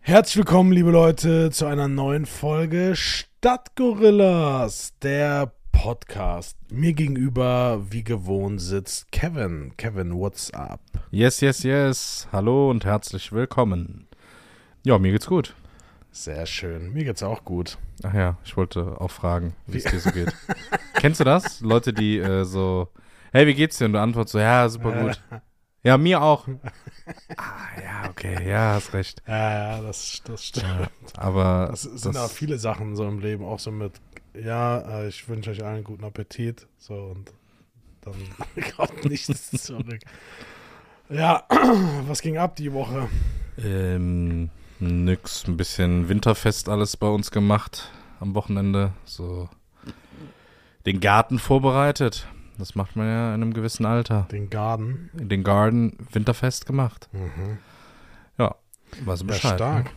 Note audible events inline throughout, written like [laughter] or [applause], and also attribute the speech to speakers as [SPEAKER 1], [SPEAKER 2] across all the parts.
[SPEAKER 1] Herzlich willkommen, liebe Leute, zu einer neuen Folge Stadtgorillas, der Podcast. Mir gegenüber, wie gewohnt, sitzt Kevin. Kevin, what's up?
[SPEAKER 2] Yes, yes, yes. Hallo und herzlich willkommen. Ja, mir geht's gut.
[SPEAKER 1] Sehr schön. Mir geht's auch gut.
[SPEAKER 2] Ach ja, ich wollte auch fragen, wie es dir so geht. Kennst du das? Leute, die äh, so, hey, wie geht's dir? Und du antwortest so, ja, super gut. Ja, mir auch. Ah, ja, okay, ja, hast recht.
[SPEAKER 1] [laughs] Ja, ja, das, das stimmt.
[SPEAKER 2] Aber
[SPEAKER 1] [laughs] Das sind auch viele Sachen so im Leben, auch so mit, ja, äh, ich wünsche euch allen guten Appetit, so und dann [laughs] kommt nichts [laughs] zurück. Ja, [clears throat] was ging ab die Woche?
[SPEAKER 2] ähm, nix, ein bisschen winterfest alles bei uns gemacht am Wochenende. So den Garten vorbereitet. Das macht man ja in einem gewissen Alter.
[SPEAKER 1] Den Garten.
[SPEAKER 2] den Garden winterfest gemacht.
[SPEAKER 1] Mhm.
[SPEAKER 2] Ja, war so
[SPEAKER 1] Ja,
[SPEAKER 2] Bescheid.
[SPEAKER 1] stark.
[SPEAKER 2] Ne?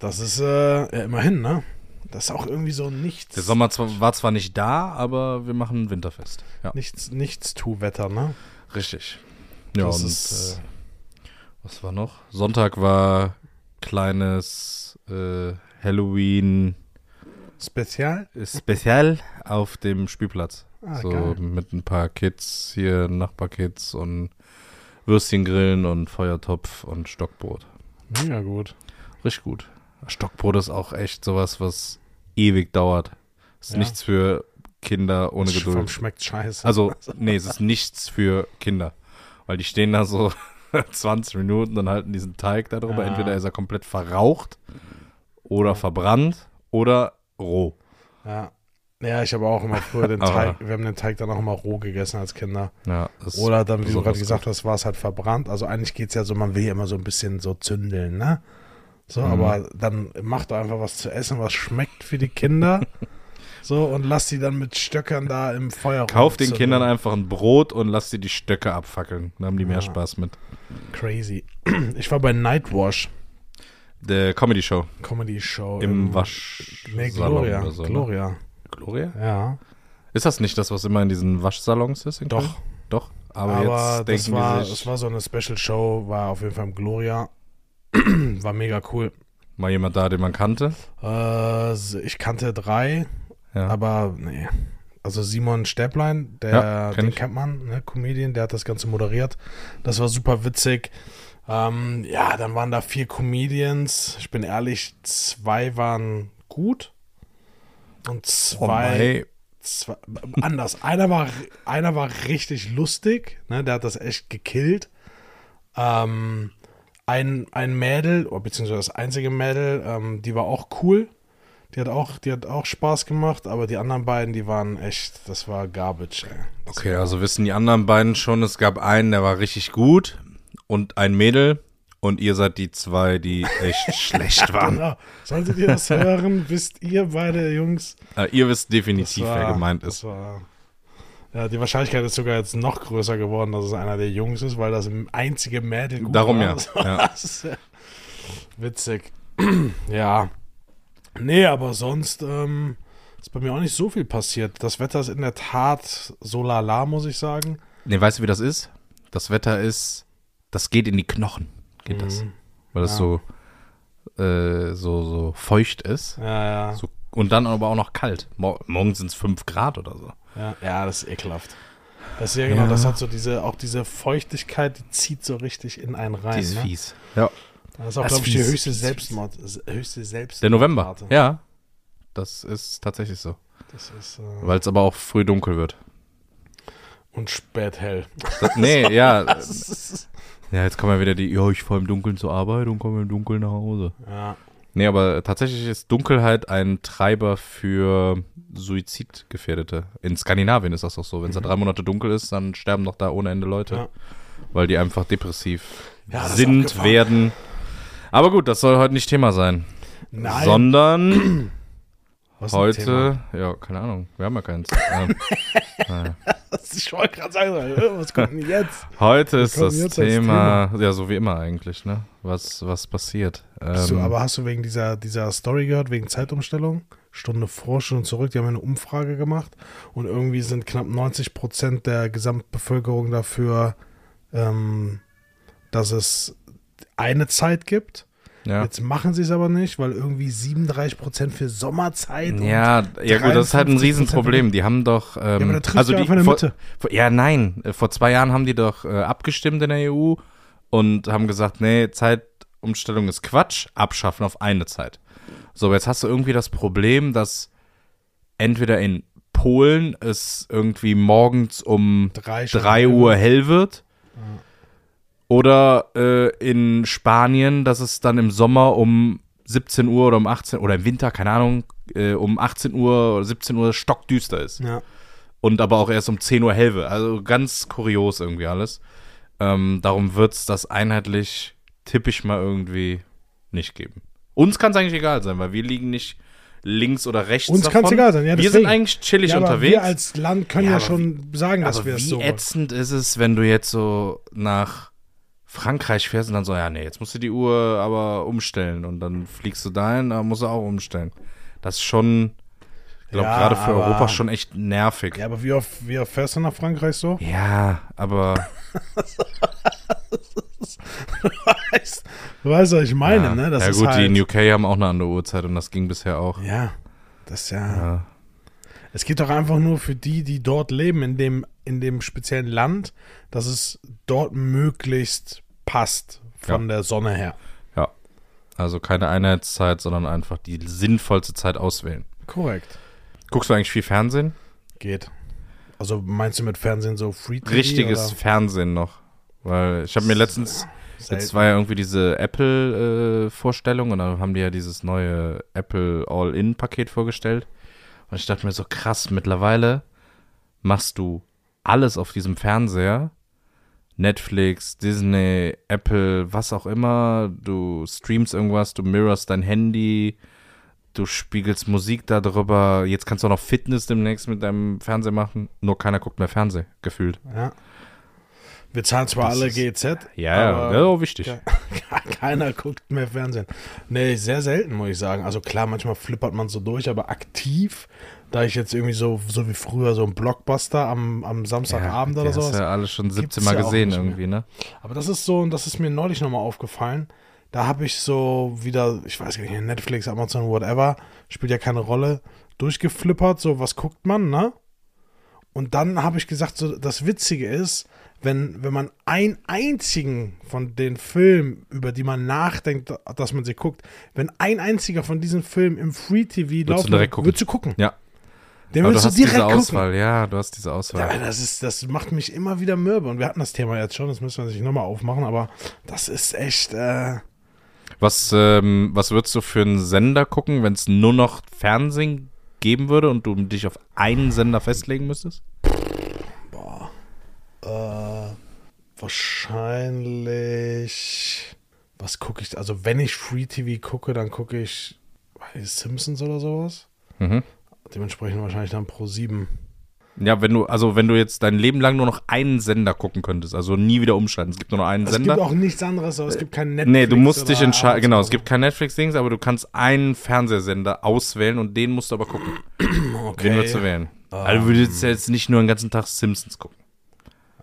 [SPEAKER 1] Das ist äh, ja immerhin, ne? Das ist auch irgendwie so nichts.
[SPEAKER 2] Der Sommer zwar, war zwar nicht da, aber wir machen winterfest. Ja,
[SPEAKER 1] Nichts, nichts tu Wetter, ne?
[SPEAKER 2] richtig. Ja,
[SPEAKER 1] das
[SPEAKER 2] und
[SPEAKER 1] ist,
[SPEAKER 2] äh, was war noch? Sonntag war kleines äh, Halloween
[SPEAKER 1] Spezial.
[SPEAKER 2] Spezial auf dem Spielplatz.
[SPEAKER 1] Ah,
[SPEAKER 2] so
[SPEAKER 1] geil.
[SPEAKER 2] mit ein paar Kids hier, Nachbarkids und Würstchen grillen und Feuertopf und Stockbrot.
[SPEAKER 1] Mega gut.
[SPEAKER 2] Richtig gut. Stockbrot ist auch echt sowas, was ewig dauert. Ist
[SPEAKER 1] Ja.
[SPEAKER 2] nichts für Kinder ohne
[SPEAKER 1] Sch- Vom
[SPEAKER 2] Geduld.
[SPEAKER 1] schmeckt scheiße.
[SPEAKER 2] [laughs] Also, nee, es ist nichts für Kinder. Weil die stehen da so [laughs] 20 Minuten und halten diesen Teig da drüber.
[SPEAKER 1] Ja.
[SPEAKER 2] Entweder ist er komplett verraucht oder verbrannt oder roh.
[SPEAKER 1] Ja. Ja, ich habe auch immer früher
[SPEAKER 2] [laughs]
[SPEAKER 1] den
[SPEAKER 2] Aber-
[SPEAKER 1] Teig, wir haben den Teig dann auch immer roh gegessen als Kinder.
[SPEAKER 2] Ja, Also das
[SPEAKER 1] Oder dann, wie du
[SPEAKER 2] besonders
[SPEAKER 1] gerade gesagt hast, war es halt verbrannt. Also eigentlich geht es ja so, man will ja immer so ein bisschen so zündeln, ne? So,
[SPEAKER 2] Mhm.
[SPEAKER 1] aber dann mach doch einfach was zu essen, was schmeckt für die
[SPEAKER 2] [laughs]
[SPEAKER 1] Kinder. so, und lass die dann mit Stöckern da im Feuer
[SPEAKER 2] Kauf den
[SPEAKER 1] rumzündeln.
[SPEAKER 2] Kindern einfach ein Brot und lass dir die Stöcke abfackeln. Da haben die mehr
[SPEAKER 1] Ja.
[SPEAKER 2] Spaß mit.
[SPEAKER 1] Crazy. [clears throat] Ich war bei Nightwash
[SPEAKER 2] Der Comedy Show
[SPEAKER 1] Comedy Show.
[SPEAKER 2] im Wasch.
[SPEAKER 1] Nee, Gloria.
[SPEAKER 2] oder so, ne?
[SPEAKER 1] Gloria.
[SPEAKER 2] Gloria?
[SPEAKER 1] Ja.
[SPEAKER 2] Ist das nicht das, was immer in diesen Waschsalons ist? in
[SPEAKER 1] Doch.
[SPEAKER 2] Köln? Doch. Aber,
[SPEAKER 1] Aber,
[SPEAKER 2] jetzt
[SPEAKER 1] das,
[SPEAKER 2] denken
[SPEAKER 1] war,
[SPEAKER 2] die sich,
[SPEAKER 1] das war so eine Special Show, war auf jeden Fall im Gloria. [clears throat] war mega cool.
[SPEAKER 2] mal jemand da, den man kannte.
[SPEAKER 1] Äh, ich kannte drei,
[SPEAKER 2] Ja.
[SPEAKER 1] aber nee. Also Simon Stäblein, der
[SPEAKER 2] Ja, kenn
[SPEAKER 1] den
[SPEAKER 2] ich.
[SPEAKER 1] kennt man, ne, Comedian, der hat das Ganze moderiert. Das war super witzig. Ähm, ja, dann waren da vier Comedians. Ich bin ehrlich, zwei waren gut.
[SPEAKER 2] Oh
[SPEAKER 1] Und zwei
[SPEAKER 2] Wobei,
[SPEAKER 1] zwei, anders. Einer war, einer war richtig lustig, ne? der hat das echt gekillt. Ähm, ein, ein Mädel, oder beziehungsweise das einzige Mädel, ähm, die war auch cool. Die hat auch, die hat auch Spaß gemacht, aber die anderen beiden, die waren echt, das war Garbage. Ey. Das
[SPEAKER 2] okay,
[SPEAKER 1] war,
[SPEAKER 2] also wissen die anderen beiden schon, es gab einen, der war richtig gut und ein Mädel und ihr seid die zwei, die
[SPEAKER 1] [laughs]
[SPEAKER 2] echt schlecht waren.
[SPEAKER 1] Genau. Solltet ihr
[SPEAKER 2] [laughs]
[SPEAKER 1] das hören, wisst ihr beide Jungs.
[SPEAKER 2] Äh, ihr wisst
[SPEAKER 1] das
[SPEAKER 2] definitiv, wer
[SPEAKER 1] war-
[SPEAKER 2] gemeint
[SPEAKER 1] das
[SPEAKER 2] ist.
[SPEAKER 1] War, ja, die Wahrscheinlichkeit ist sogar jetzt noch größer geworden, dass es einer der Jungs ist, weil das einzige Mädel gut
[SPEAKER 2] Darum
[SPEAKER 1] war. [laughs]
[SPEAKER 2] ja,
[SPEAKER 1] Das
[SPEAKER 2] ja.
[SPEAKER 1] das ist ja witzig. [clears throat] ja. Nee, aber sonst ähm, ist bei mir auch nicht so viel passiert. Das Wetter ist in der Tat so lala, muss ich sagen.
[SPEAKER 2] Nee, weißt du, wie das ist? Das Wetter ist, das geht in die Knochen, geht das.
[SPEAKER 1] Mhm.
[SPEAKER 2] Weil das
[SPEAKER 1] Ja.
[SPEAKER 2] so, äh, so, so feucht ist.
[SPEAKER 1] Ja, ja.
[SPEAKER 2] So, und dann aber auch noch kalt. Mor morgens sind es 5 Grad oder so.
[SPEAKER 1] Ja, ja das ist ekelhaft. Das ist ja genau,
[SPEAKER 2] Ja.
[SPEAKER 1] das hat so diese, auch diese Feuchtigkeit, die zieht so richtig in einen rein.
[SPEAKER 2] Die ist
[SPEAKER 1] ne?
[SPEAKER 2] fies. Ja.
[SPEAKER 1] Das ist auch,
[SPEAKER 2] Das
[SPEAKER 1] glaube ich,
[SPEAKER 2] ist
[SPEAKER 1] die
[SPEAKER 2] fies.
[SPEAKER 1] höchste
[SPEAKER 2] Das ist
[SPEAKER 1] Selbstmord, höchste Selbstmord.
[SPEAKER 2] Der November.
[SPEAKER 1] Rate.
[SPEAKER 2] Ja. Das ist tatsächlich so.
[SPEAKER 1] Das ist, äh,
[SPEAKER 2] Weil es aber auch früh dunkel wird.
[SPEAKER 1] und spät
[SPEAKER 2] [laughs]
[SPEAKER 1] hell.
[SPEAKER 2] Das, nee, ja. Ja, jetzt kommen ja wieder die, ja, ich fahre im Dunkeln zur Arbeit und komme im Dunkeln nach Hause.
[SPEAKER 1] Ja,
[SPEAKER 2] Nee, aber tatsächlich ist Dunkelheit ein Treiber für Suizidgefährdete. In Skandinavien ist das doch so. Wenn es da drei Monate dunkel ist, dann sterben doch da ohne Ende Leute.
[SPEAKER 1] Ja.
[SPEAKER 2] Weil die einfach depressiv
[SPEAKER 1] Ja, das ist
[SPEAKER 2] sind,
[SPEAKER 1] abgefahren.
[SPEAKER 2] werden. Aber gut, das soll heute nicht Thema sein.
[SPEAKER 1] Nein.
[SPEAKER 2] [clears throat] Sondern
[SPEAKER 1] was ist ein Thema? [laughs]
[SPEAKER 2] Heute, ja, keine Ahnung, wir haben ja keins. ähm,
[SPEAKER 1] Ich wollte gerade sagen, äh, was kommt denn jetzt?
[SPEAKER 2] heute ist
[SPEAKER 1] kommen
[SPEAKER 2] das
[SPEAKER 1] jetzt als
[SPEAKER 2] Thema, ja, so wie immer eigentlich, ne? Was, was passiert?
[SPEAKER 1] Hast du,
[SPEAKER 2] Ähm,
[SPEAKER 1] aber hast du wegen dieser, dieser Story gehört, wegen Zeitumstellung? Stunde vor, Stunde zurück, die haben eine Umfrage gemacht und irgendwie sind knapp 90 Prozent der Gesamtbevölkerung dafür, ähm, dass es eine Zeit gibt.
[SPEAKER 2] Ja.
[SPEAKER 1] Jetzt machen sie es aber nicht, weil irgendwie 37% für Sommerzeit. und-
[SPEAKER 2] Ja, ja gut, das ist halt ein
[SPEAKER 1] 53%
[SPEAKER 2] Riesenproblem. Die haben doch, ähm,
[SPEAKER 1] aber da trifft
[SPEAKER 2] also
[SPEAKER 1] ja
[SPEAKER 2] die,
[SPEAKER 1] einfach eine
[SPEAKER 2] vor,
[SPEAKER 1] Mitte.
[SPEAKER 2] vor, ja nein, äh, vor zwei Jahren haben die doch äh, abgestimmt in der EU und haben gesagt, nee, Zeitumstellung ist Quatsch, abschaffen auf eine Zeit. So, aber jetzt hast du irgendwie das Problem, dass entweder in Polen es irgendwie morgens um
[SPEAKER 1] Drei schon.
[SPEAKER 2] 3 Uhr hell wird. Oder äh, in Spanien, dass es dann im Sommer um 17 Uhr oder um 18 oder im Winter, keine Ahnung, äh, um 18 Uhr oder 17 Uhr stockdüster ist.
[SPEAKER 1] Ja.
[SPEAKER 2] Und aber auch erst um 10 Uhr hell wird. Also ganz kurios irgendwie alles. Ähm, darum wird es das einheitlich, tippe ich mal irgendwie, nicht geben. Uns kann es eigentlich egal sein, weil wir liegen nicht links oder rechts.
[SPEAKER 1] Uns
[SPEAKER 2] davon.
[SPEAKER 1] kann's egal sein, ja,
[SPEAKER 2] Wir sind
[SPEAKER 1] deswegen.
[SPEAKER 2] eigentlich chillig
[SPEAKER 1] ja, aber
[SPEAKER 2] unterwegs.
[SPEAKER 1] wir als Land können
[SPEAKER 2] Ja,
[SPEAKER 1] ja,
[SPEAKER 2] aber
[SPEAKER 1] schon sagen, dass
[SPEAKER 2] Aber
[SPEAKER 1] wir Also es
[SPEAKER 2] wie
[SPEAKER 1] so wollen.
[SPEAKER 2] ätzend ist es, wenn du jetzt so nach Frankreich fährst und dann so, ja, nee, jetzt musst du die Uhr aber umstellen und dann fliegst du dahin, da musst du auch umstellen. Das ist schon, ich glaube,
[SPEAKER 1] Ja,
[SPEAKER 2] gerade für
[SPEAKER 1] aber-
[SPEAKER 2] Europa schon echt nervig.
[SPEAKER 1] Ja, aber wie oft, wie oft fährst du nach Frankreich so? [laughs]
[SPEAKER 2] Ja, aber
[SPEAKER 1] Weißt du, weißt, was ich meine,
[SPEAKER 2] ja,
[SPEAKER 1] ne? Das
[SPEAKER 2] ja
[SPEAKER 1] ist
[SPEAKER 2] gut,
[SPEAKER 1] halt,
[SPEAKER 2] die in UK haben auch eine andere Uhrzeit und das ging bisher auch.
[SPEAKER 1] Ja, das ist ja,
[SPEAKER 2] Ja.
[SPEAKER 1] Es geht doch einfach nur für die, die dort leben, in dem, in dem speziellen Land, dass es dort möglichst passt von der Sonne her.
[SPEAKER 2] ja. Also keine Einheitszeit, sondern einfach die sinnvollste Zeit auswählen.
[SPEAKER 1] Korrekt.
[SPEAKER 2] Guckst du eigentlich viel Fernsehen?
[SPEAKER 1] Geht. Also meinst du mit Fernsehen so Free TV?
[SPEAKER 2] Richtiges
[SPEAKER 1] oder?
[SPEAKER 2] Fernsehen noch. Weil ich habe mir letztens Jetzt
[SPEAKER 1] Selten.
[SPEAKER 2] war ja irgendwie diese Apple-Vorstellung und dann haben die ja dieses neue Apple All-In-Paket vorgestellt. Und ich dachte mir so, krass, mittlerweile machst du alles auf diesem Fernseher. Netflix, Disney, Apple, was auch immer. Du streamst irgendwas, du mirrorst dein Handy, du spiegelst Musik darüber. Jetzt kannst du auch noch Fitness demnächst mit deinem Fernseher machen. Nur keiner guckt mehr Fernseh, gefühlt.
[SPEAKER 1] Ja. Wir zahlen zwar
[SPEAKER 2] Das
[SPEAKER 1] alle
[SPEAKER 2] ist-
[SPEAKER 1] GEZ,
[SPEAKER 2] Ja,
[SPEAKER 1] aber
[SPEAKER 2] ja, oh, wichtig.
[SPEAKER 1] Ja. [laughs] keiner guckt mehr Fernsehen. Nee, sehr selten, muss ich sagen. Also klar, manchmal flippert man so durch, aber aktiv, da ich jetzt irgendwie so, so wie früher so ein Blockbuster am, am Samstagabend
[SPEAKER 2] ja,
[SPEAKER 1] oder
[SPEAKER 2] die
[SPEAKER 1] sowas.
[SPEAKER 2] Hast du ja alles schon 17
[SPEAKER 1] Gibt's
[SPEAKER 2] Mal
[SPEAKER 1] ja auch
[SPEAKER 2] gesehen
[SPEAKER 1] nicht mehr.
[SPEAKER 2] irgendwie, ne?
[SPEAKER 1] Aber das ist so, und das ist mir neulich nochmal aufgefallen. Da habe ich so wieder, ich weiß gar nicht, Netflix, Amazon, whatever, spielt ja keine Rolle, durchgeflippert, so was guckt man, ne? Und dann habe ich gesagt, so, das Witzige ist, wenn, wenn man einen einzigen von den Filmen, über die man nachdenkt, dass man sie guckt, wenn ein einziger von diesen Filmen im Free TV
[SPEAKER 2] du
[SPEAKER 1] läuft,
[SPEAKER 2] direkt gucken.
[SPEAKER 1] würdest du gucken.
[SPEAKER 2] Ja.
[SPEAKER 1] Den
[SPEAKER 2] Aber du
[SPEAKER 1] würdest
[SPEAKER 2] hast
[SPEAKER 1] du direkt
[SPEAKER 2] diese
[SPEAKER 1] gucken.
[SPEAKER 2] Auswahl, ja, du hast diese
[SPEAKER 1] Ja,
[SPEAKER 2] Auswahl.
[SPEAKER 1] das, ist, das macht mich immer wieder mürbe. Und wir hatten das Thema jetzt schon, das müssen wir sich nochmal aufmachen, aber das ist echt. Äh,
[SPEAKER 2] Was, ähm, was würdest du für einen Sender gucken, wenn es nur noch Fernsehen geben würde und du dich auf einen Sender festlegen müsstest?
[SPEAKER 1] äh, wahrscheinlich. Was gucke ich? Also, wenn ich Free TV gucke, dann gucke ich weiß ich, Simpsons oder sowas.
[SPEAKER 2] Mhm.
[SPEAKER 1] Dementsprechend wahrscheinlich dann Pro 7.
[SPEAKER 2] Ja, wenn du, also wenn du jetzt dein Leben lang nur noch einen Sender gucken könntest, also nie wieder umschalten. Es gibt nur noch einen
[SPEAKER 1] Also Es
[SPEAKER 2] Sender.
[SPEAKER 1] gibt auch nichts anderes, aber es gibt kein Netflix.
[SPEAKER 2] nee, du musst dich
[SPEAKER 1] oder
[SPEAKER 2] entscheiden.
[SPEAKER 1] Amazon
[SPEAKER 2] Genau,
[SPEAKER 1] oder
[SPEAKER 2] es gibt kein Netflix-Dings, aber du kannst einen Fernsehsender auswählen und den musst du aber gucken.
[SPEAKER 1] so.
[SPEAKER 2] Wen
[SPEAKER 1] okay. Ähm.
[SPEAKER 2] würdest du wählen? Also du würdest jetzt nicht nur den ganzen Tag Simpsons gucken.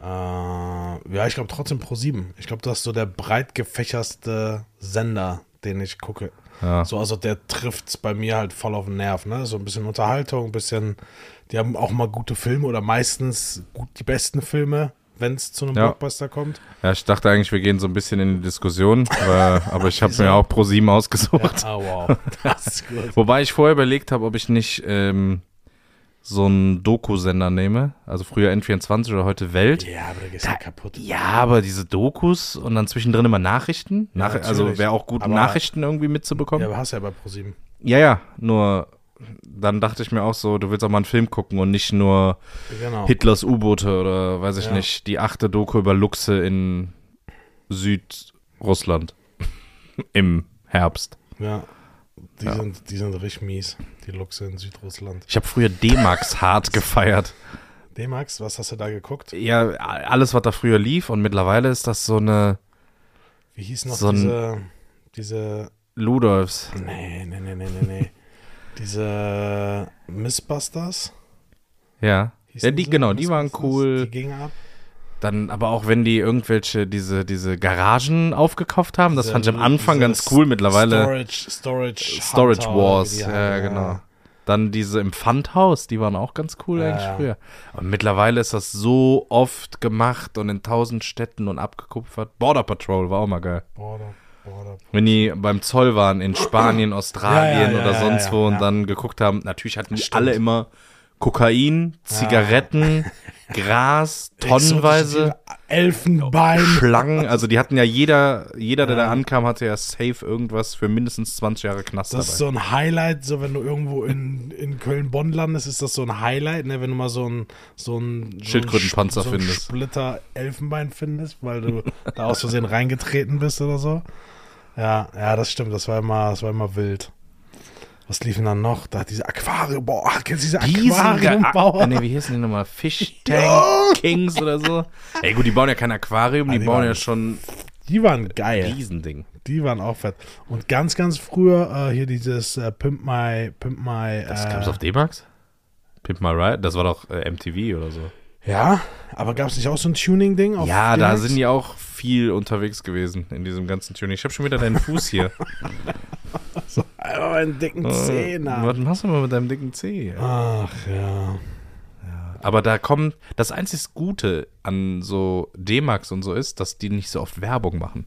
[SPEAKER 1] Äh, ja, ich glaube trotzdem Pro 7. Ich glaube, das ist so der breit gefächerste Sender, den ich gucke.
[SPEAKER 2] Ja.
[SPEAKER 1] So, also der trifft bei mir halt voll auf den Nerv, ne? So ein bisschen Unterhaltung, ein bisschen, die haben auch mal gute Filme oder meistens gut die besten Filme, wenn es zu einem
[SPEAKER 2] Ja.
[SPEAKER 1] Blockbuster
[SPEAKER 2] [laughs]
[SPEAKER 1] kommt.
[SPEAKER 2] Ja, ich dachte eigentlich, wir gehen so ein bisschen in die Diskussion, weil, aber ich habe mir auch ProSieben ausgesucht.
[SPEAKER 1] Ah, wow.
[SPEAKER 2] [laughs]
[SPEAKER 1] Das ist gut.
[SPEAKER 2] Wobei ich vorher überlegt habe, ob ich nicht ähm, so einen Doku-Sender nehme, also früher N24 oder heute Welt.
[SPEAKER 1] Ja, aber der ist ja kaputt.
[SPEAKER 2] Ja, aber diese Dokus und dann zwischendrin immer Nachrichten. Nach
[SPEAKER 1] natürlich.
[SPEAKER 2] also wäre auch gut,
[SPEAKER 1] Aber-
[SPEAKER 2] Nachrichten irgendwie mitzubekommen.
[SPEAKER 1] Ja, aber hast ja bei Pro 7.
[SPEAKER 2] Ja, ja, nur dann dachte ich mir auch so, du willst auch mal einen Film gucken und nicht nur
[SPEAKER 1] Genau.
[SPEAKER 2] Hitlers U-Boote oder weiß ich
[SPEAKER 1] Ja.
[SPEAKER 2] nicht, die achte Doku über Luchse in Südrussland [laughs] im Herbst.
[SPEAKER 1] Ja. Die,
[SPEAKER 2] Ja.
[SPEAKER 1] Sind, die sind richtig mies, die Luchse in Südrussland.
[SPEAKER 2] Ich habe früher [laughs] D-Max hart gefeiert.
[SPEAKER 1] D-Max, was hast du da geguckt?
[SPEAKER 2] Ja, alles, was da früher lief und mittlerweile ist das so eine
[SPEAKER 1] Wie hieß noch
[SPEAKER 2] So ein-
[SPEAKER 1] diese, diese,
[SPEAKER 2] Ludolfs.
[SPEAKER 1] nee, nee, nee, nee, nee, nee. [laughs] diese äh, Missbusters?
[SPEAKER 2] Ja.
[SPEAKER 1] Hießen
[SPEAKER 2] ja die,
[SPEAKER 1] sie?
[SPEAKER 2] genau, die waren
[SPEAKER 1] Missbusters?
[SPEAKER 2] cool.
[SPEAKER 1] Die gingen ab.
[SPEAKER 2] Dann aber auch, wenn die irgendwelche, diese, diese Garagen aufgekauft haben, das
[SPEAKER 1] Diese-
[SPEAKER 2] fand ich am Anfang
[SPEAKER 1] diese
[SPEAKER 2] ganz cool mittlerweile.
[SPEAKER 1] Storage, Storage,
[SPEAKER 2] Storage
[SPEAKER 1] Hunter,
[SPEAKER 2] Wars,
[SPEAKER 1] wie die
[SPEAKER 2] ja,
[SPEAKER 1] heißen,
[SPEAKER 2] genau. Dann diese im Pfandhaus, die waren auch ganz cool
[SPEAKER 1] Ja,
[SPEAKER 2] eigentlich
[SPEAKER 1] ja.
[SPEAKER 2] früher. Und mittlerweile ist das so oft gemacht und in tausend Städten und abgekupfert. Border Patrol war auch mal geil.
[SPEAKER 1] Border, Border.
[SPEAKER 2] Wenn die beim Zoll waren in Spanien,
[SPEAKER 1] Ja, ja,
[SPEAKER 2] Australien
[SPEAKER 1] ja,
[SPEAKER 2] oder
[SPEAKER 1] ja,
[SPEAKER 2] sonst
[SPEAKER 1] ja,
[SPEAKER 2] wo und
[SPEAKER 1] ja.
[SPEAKER 2] dann geguckt haben, natürlich hatten die alle immer Kokain,
[SPEAKER 1] [laughs]
[SPEAKER 2] Zigaretten, Gras, tonnenweise.
[SPEAKER 1] Exotische Elfenbein.
[SPEAKER 2] Schlangen, also die hatten ja jeder, jeder, der da ankam, hatte ja safe irgendwas für mindestens 20 Jahre Knast
[SPEAKER 1] Das ist
[SPEAKER 2] dabei.
[SPEAKER 1] so ein Highlight, so wenn du irgendwo in, in Köln-Bonn landest, ist das so ein Highlight, ne? wenn du mal so ein, so ein
[SPEAKER 2] Schildkrötenpanzer
[SPEAKER 1] so ein,
[SPEAKER 2] findest.
[SPEAKER 1] So ein Splitter Elfenbein findest, weil du [laughs] da aus Versehen reingetreten bist oder so. Ja, ja, das stimmt, das war immer, das war immer wild. Was liefen dann noch? Da diese Aquarium, boah, kennst du diese Aquariumbauer?
[SPEAKER 2] Aquariumbauer. Ah, Nee, wie hießen die nochmal? Fish
[SPEAKER 1] Ja.
[SPEAKER 2] Tank Kings oder so. Ey, gut, die bauen ja kein Aquarium, Ah, die
[SPEAKER 1] die
[SPEAKER 2] bauen
[SPEAKER 1] waren-
[SPEAKER 2] ja schon
[SPEAKER 1] Die waren geil.
[SPEAKER 2] Riesending.
[SPEAKER 1] Die waren auch fett. Und ganz, ganz früher äh, hier dieses äh, Pimp My, Pimp My.
[SPEAKER 2] Das
[SPEAKER 1] äh,
[SPEAKER 2] gab's auf D-Max? Pimp My Ride? Das war doch äh, MTV oder so.
[SPEAKER 1] Ja, aber gab es nicht auch so ein Tuning-Ding? auf
[SPEAKER 2] Ja, da
[SPEAKER 1] Linux?
[SPEAKER 2] sind die auch viel unterwegs gewesen in diesem ganzen Tuning. Ich habe schon wieder deinen Fuß hier.
[SPEAKER 1] Einmal meinen dicken [laughs]
[SPEAKER 2] Äh,
[SPEAKER 1] Zehner.
[SPEAKER 2] Was machst du mal mit deinem dicken Zeh?
[SPEAKER 1] Ach ja.
[SPEAKER 2] Aber da kommt das einzig Gute an so D-Max und so ist, dass die nicht so oft Werbung machen.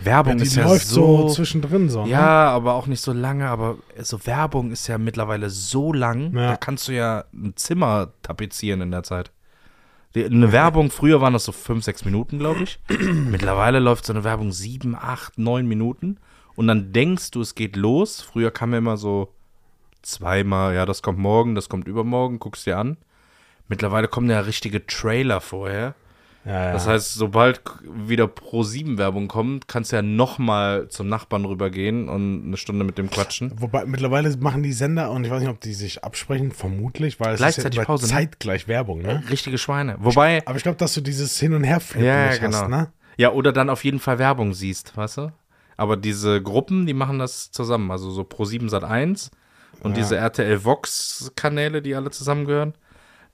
[SPEAKER 2] Werbung
[SPEAKER 1] Die
[SPEAKER 2] ist ja
[SPEAKER 1] läuft so,
[SPEAKER 2] so
[SPEAKER 1] zwischendrin so. ne?
[SPEAKER 2] Ja, aber auch nicht so lange. Aber äh, so Werbung ist ja mittlerweile so lang.
[SPEAKER 1] Ja.
[SPEAKER 2] Da kannst du ja ein Zimmer tapezieren in der Zeit. Die, eine Werbung, früher waren das so fünf, sechs Minuten,
[SPEAKER 1] [clears throat]
[SPEAKER 2] glaube ich. mittlerweile läuft so eine Werbung sieben, acht, neun Minuten. Und dann denkst du, es geht los. Früher kam ja immer so zweimal, ja, das kommt morgen, das kommt übermorgen, guckst dir an. Mittlerweile kommen ja richtige Trailer vorher.
[SPEAKER 1] ja, ja.
[SPEAKER 2] Das heißt, sobald k- wieder Pro 7 Werbung kommt, kannst du ja nochmal zum Nachbarn rübergehen und eine Stunde mit dem quatschen.
[SPEAKER 1] Wobei mittlerweile machen die Sender, und ich weiß nicht, ob die sich absprechen, vermutlich, weil es ist
[SPEAKER 2] Gleichzeitig
[SPEAKER 1] ja über
[SPEAKER 2] Pause, ne?
[SPEAKER 1] zeitgleich Werbung, ne?
[SPEAKER 2] Richtige Schweine. Wobei,
[SPEAKER 1] Aber ich glaube, dass du dieses Hin- und Herflippen
[SPEAKER 2] ja, ja,
[SPEAKER 1] nicht
[SPEAKER 2] genau.
[SPEAKER 1] hast, ne?
[SPEAKER 2] Ja, oder dann auf jeden Fall Werbung siehst, weißt du? Aber diese Gruppen, die machen das zusammen. Also so Pro 7 Sat 1 und diese RTL Vox Kanäle, die alle zusammengehören.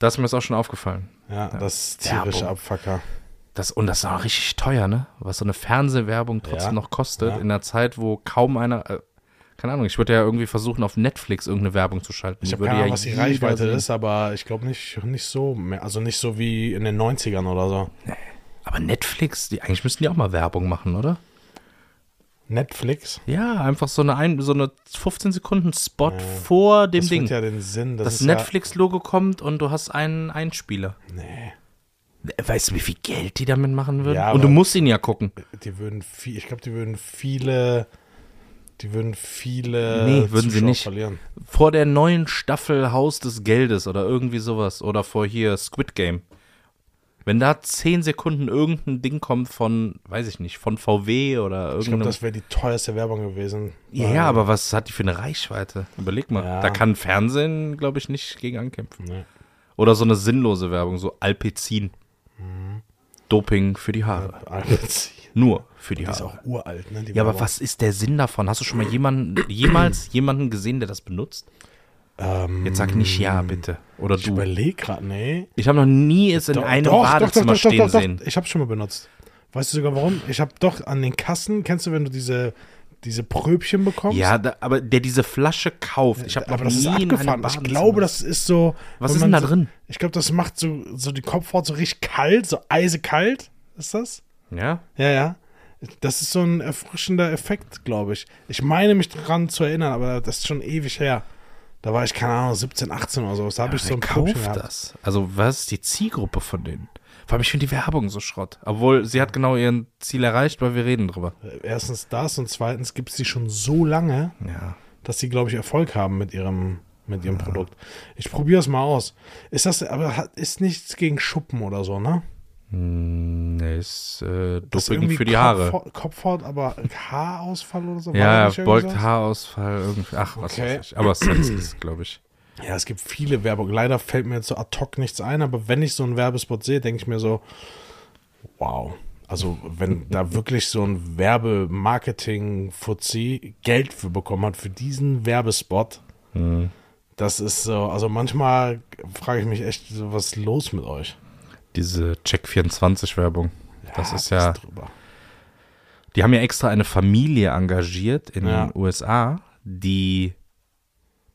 [SPEAKER 2] Das ist mir jetzt auch schon aufgefallen.
[SPEAKER 1] Ja, das ist tierische
[SPEAKER 2] Werbung.
[SPEAKER 1] Abfucker.
[SPEAKER 2] Das, und das ist auch richtig teuer, ne? Was so eine Fernsehwerbung trotzdem
[SPEAKER 1] Ja,
[SPEAKER 2] noch kostet,
[SPEAKER 1] ja.
[SPEAKER 2] in einer Zeit, wo kaum einer. Äh, keine Ahnung, ich würde ja irgendwie versuchen, auf Netflix irgendeine Werbung zu schalten.
[SPEAKER 1] Ich
[SPEAKER 2] Die
[SPEAKER 1] habe
[SPEAKER 2] würde
[SPEAKER 1] keine Ahnung,
[SPEAKER 2] ja
[SPEAKER 1] was die
[SPEAKER 2] jeder
[SPEAKER 1] Reichweite
[SPEAKER 2] sehen.
[SPEAKER 1] ist, aber ich glaube nicht, nicht so mehr. Also nicht so wie in den 90ern oder so.
[SPEAKER 2] Aber Netflix, die, eigentlich müssten die auch mal Werbung machen, oder?
[SPEAKER 1] Netflix,
[SPEAKER 2] Ja, einfach so eine, ein, so eine 15-Sekunden-Spot vor dem
[SPEAKER 1] das
[SPEAKER 2] Ding.
[SPEAKER 1] wird ja den Sinn. Das,
[SPEAKER 2] das
[SPEAKER 1] ist
[SPEAKER 2] Netflix-Logo kommt und du hast einen Einspieler. Äh,
[SPEAKER 1] Ja, nee.
[SPEAKER 2] Weißt du, wie viel Geld die damit machen würden?
[SPEAKER 1] Ja,
[SPEAKER 2] und du
[SPEAKER 1] aber-
[SPEAKER 2] musst ihn ja gucken.
[SPEAKER 1] Die würden viel, ich glaube, die würden viele, die würden viele
[SPEAKER 2] Nee, würden sie
[SPEAKER 1] Zuschauer
[SPEAKER 2] nicht.
[SPEAKER 1] verlieren.
[SPEAKER 2] vor der neuen Staffel Haus des Geldes oder irgendwie sowas oder vor hier Squid Game. Wenn da 10 Sekunden irgendein Ding kommt von, weiß ich nicht, von VW
[SPEAKER 1] Ich
[SPEAKER 2] oder
[SPEAKER 1] glaube,
[SPEAKER 2] irgendeinem.
[SPEAKER 1] das wäre die teuerste Werbung gewesen.
[SPEAKER 2] ja,
[SPEAKER 1] Weil-
[SPEAKER 2] ja, aber was hat die für eine Reichweite? Überleg mal.
[SPEAKER 1] Ja.
[SPEAKER 2] Da kann Fernsehen, glaube ich, nicht gegen ankämpfen.
[SPEAKER 1] Nee.
[SPEAKER 2] Oder so eine sinnlose Werbung, so Alpecin.
[SPEAKER 1] Mhm.
[SPEAKER 2] Doping für die Haare.
[SPEAKER 1] Alpecin.
[SPEAKER 2] Nur für die
[SPEAKER 1] Die [laughs] ist
[SPEAKER 2] Haare.
[SPEAKER 1] auch uralt, ne? die
[SPEAKER 2] Ja, aber
[SPEAKER 1] Werbung.
[SPEAKER 2] was ist der Sinn davon? Hast du schon mal jemanden, jemals jemanden gesehen, der das benutzt?
[SPEAKER 1] Ähm,
[SPEAKER 2] Jetzt sag nicht ja, bitte. Oder
[SPEAKER 1] ich
[SPEAKER 2] du.
[SPEAKER 1] überlege gerade, nee.
[SPEAKER 2] Ich habe noch nie es in einem Badezimmer stehen sehen.
[SPEAKER 1] Ich habe schon mal benutzt. Weißt du sogar warum? Ich habe doch an den Kassen, kennst du, wenn du diese, diese Pröbchen bekommst?
[SPEAKER 2] Ja, da, aber der diese Flasche kauft. Ich habe noch
[SPEAKER 1] aber
[SPEAKER 2] nie
[SPEAKER 1] das ist
[SPEAKER 2] in einem
[SPEAKER 1] abgefahren. Ich
[SPEAKER 2] Badezimmer
[SPEAKER 1] glaube, das ist so.
[SPEAKER 2] Was
[SPEAKER 1] wenn
[SPEAKER 2] ist denn
[SPEAKER 1] man
[SPEAKER 2] da
[SPEAKER 1] so-
[SPEAKER 2] drin?
[SPEAKER 1] Ich glaube, das macht so, so die Kopfhaut so richtig kalt, so eisekalt. Ist das?
[SPEAKER 2] Ja?
[SPEAKER 1] Ja, ja. Das ist so ein erfrischender Effekt, glaube ich. Ich meine mich daran zu erinnern, aber das ist schon ewig her. Da war ich, keine Ahnung, 17, 18 oder so. Da habe ich so
[SPEAKER 2] Wer
[SPEAKER 1] ein Pröbchen
[SPEAKER 2] kauft
[SPEAKER 1] gehabt.
[SPEAKER 2] das? Also, was ist die Zielgruppe von denen? Vor allem, ich finde die Werbung so Schrott. Obwohl, sie hat genau ihren Ziel erreicht, weil wir reden drüber.
[SPEAKER 1] Erstens das und zweitens gibt es die schon so lange,
[SPEAKER 2] Ja.
[SPEAKER 1] dass sie, glaube ich, Erfolg haben mit ihrem, mit ihrem Produkt. Ich probiere es mal aus. Ist das, aber hat- ist nichts gegen Schuppen oder so, ne?
[SPEAKER 2] Hm, nee, ist äh,
[SPEAKER 1] Das ist
[SPEAKER 2] Doping
[SPEAKER 1] irgendwie
[SPEAKER 2] für die Haare.
[SPEAKER 1] Kopfhaut, Kopfhaut, aber Haarausfall oder so? War da
[SPEAKER 2] Ja,
[SPEAKER 1] nicht irgendwie
[SPEAKER 2] beugt
[SPEAKER 1] sowas?
[SPEAKER 2] Haarausfall. Irgendwie. Ach, was
[SPEAKER 1] Okay.
[SPEAKER 2] weiß ich. Aber Senseless, glaube ich.
[SPEAKER 1] Ja, es gibt viele Werbung. Leider fällt mir jetzt so ad hoc nichts ein, aber wenn ich so einen Werbespot sehe, denke ich mir so, wow. Also,
[SPEAKER 2] [laughs]
[SPEAKER 1] wenn da wirklich so ein Werbemarketing-Fuzzi Geld für bekommen hat, für diesen Werbespot,
[SPEAKER 2] Mhm.
[SPEAKER 1] das ist so, also manchmal frage ich mich echt, so, was ist los mit euch?
[SPEAKER 2] Diese Check24-Werbung. das ist ja.
[SPEAKER 1] bisschen drüber.
[SPEAKER 2] Die haben ja extra eine Familie engagiert in
[SPEAKER 1] Ja.
[SPEAKER 2] den USA, die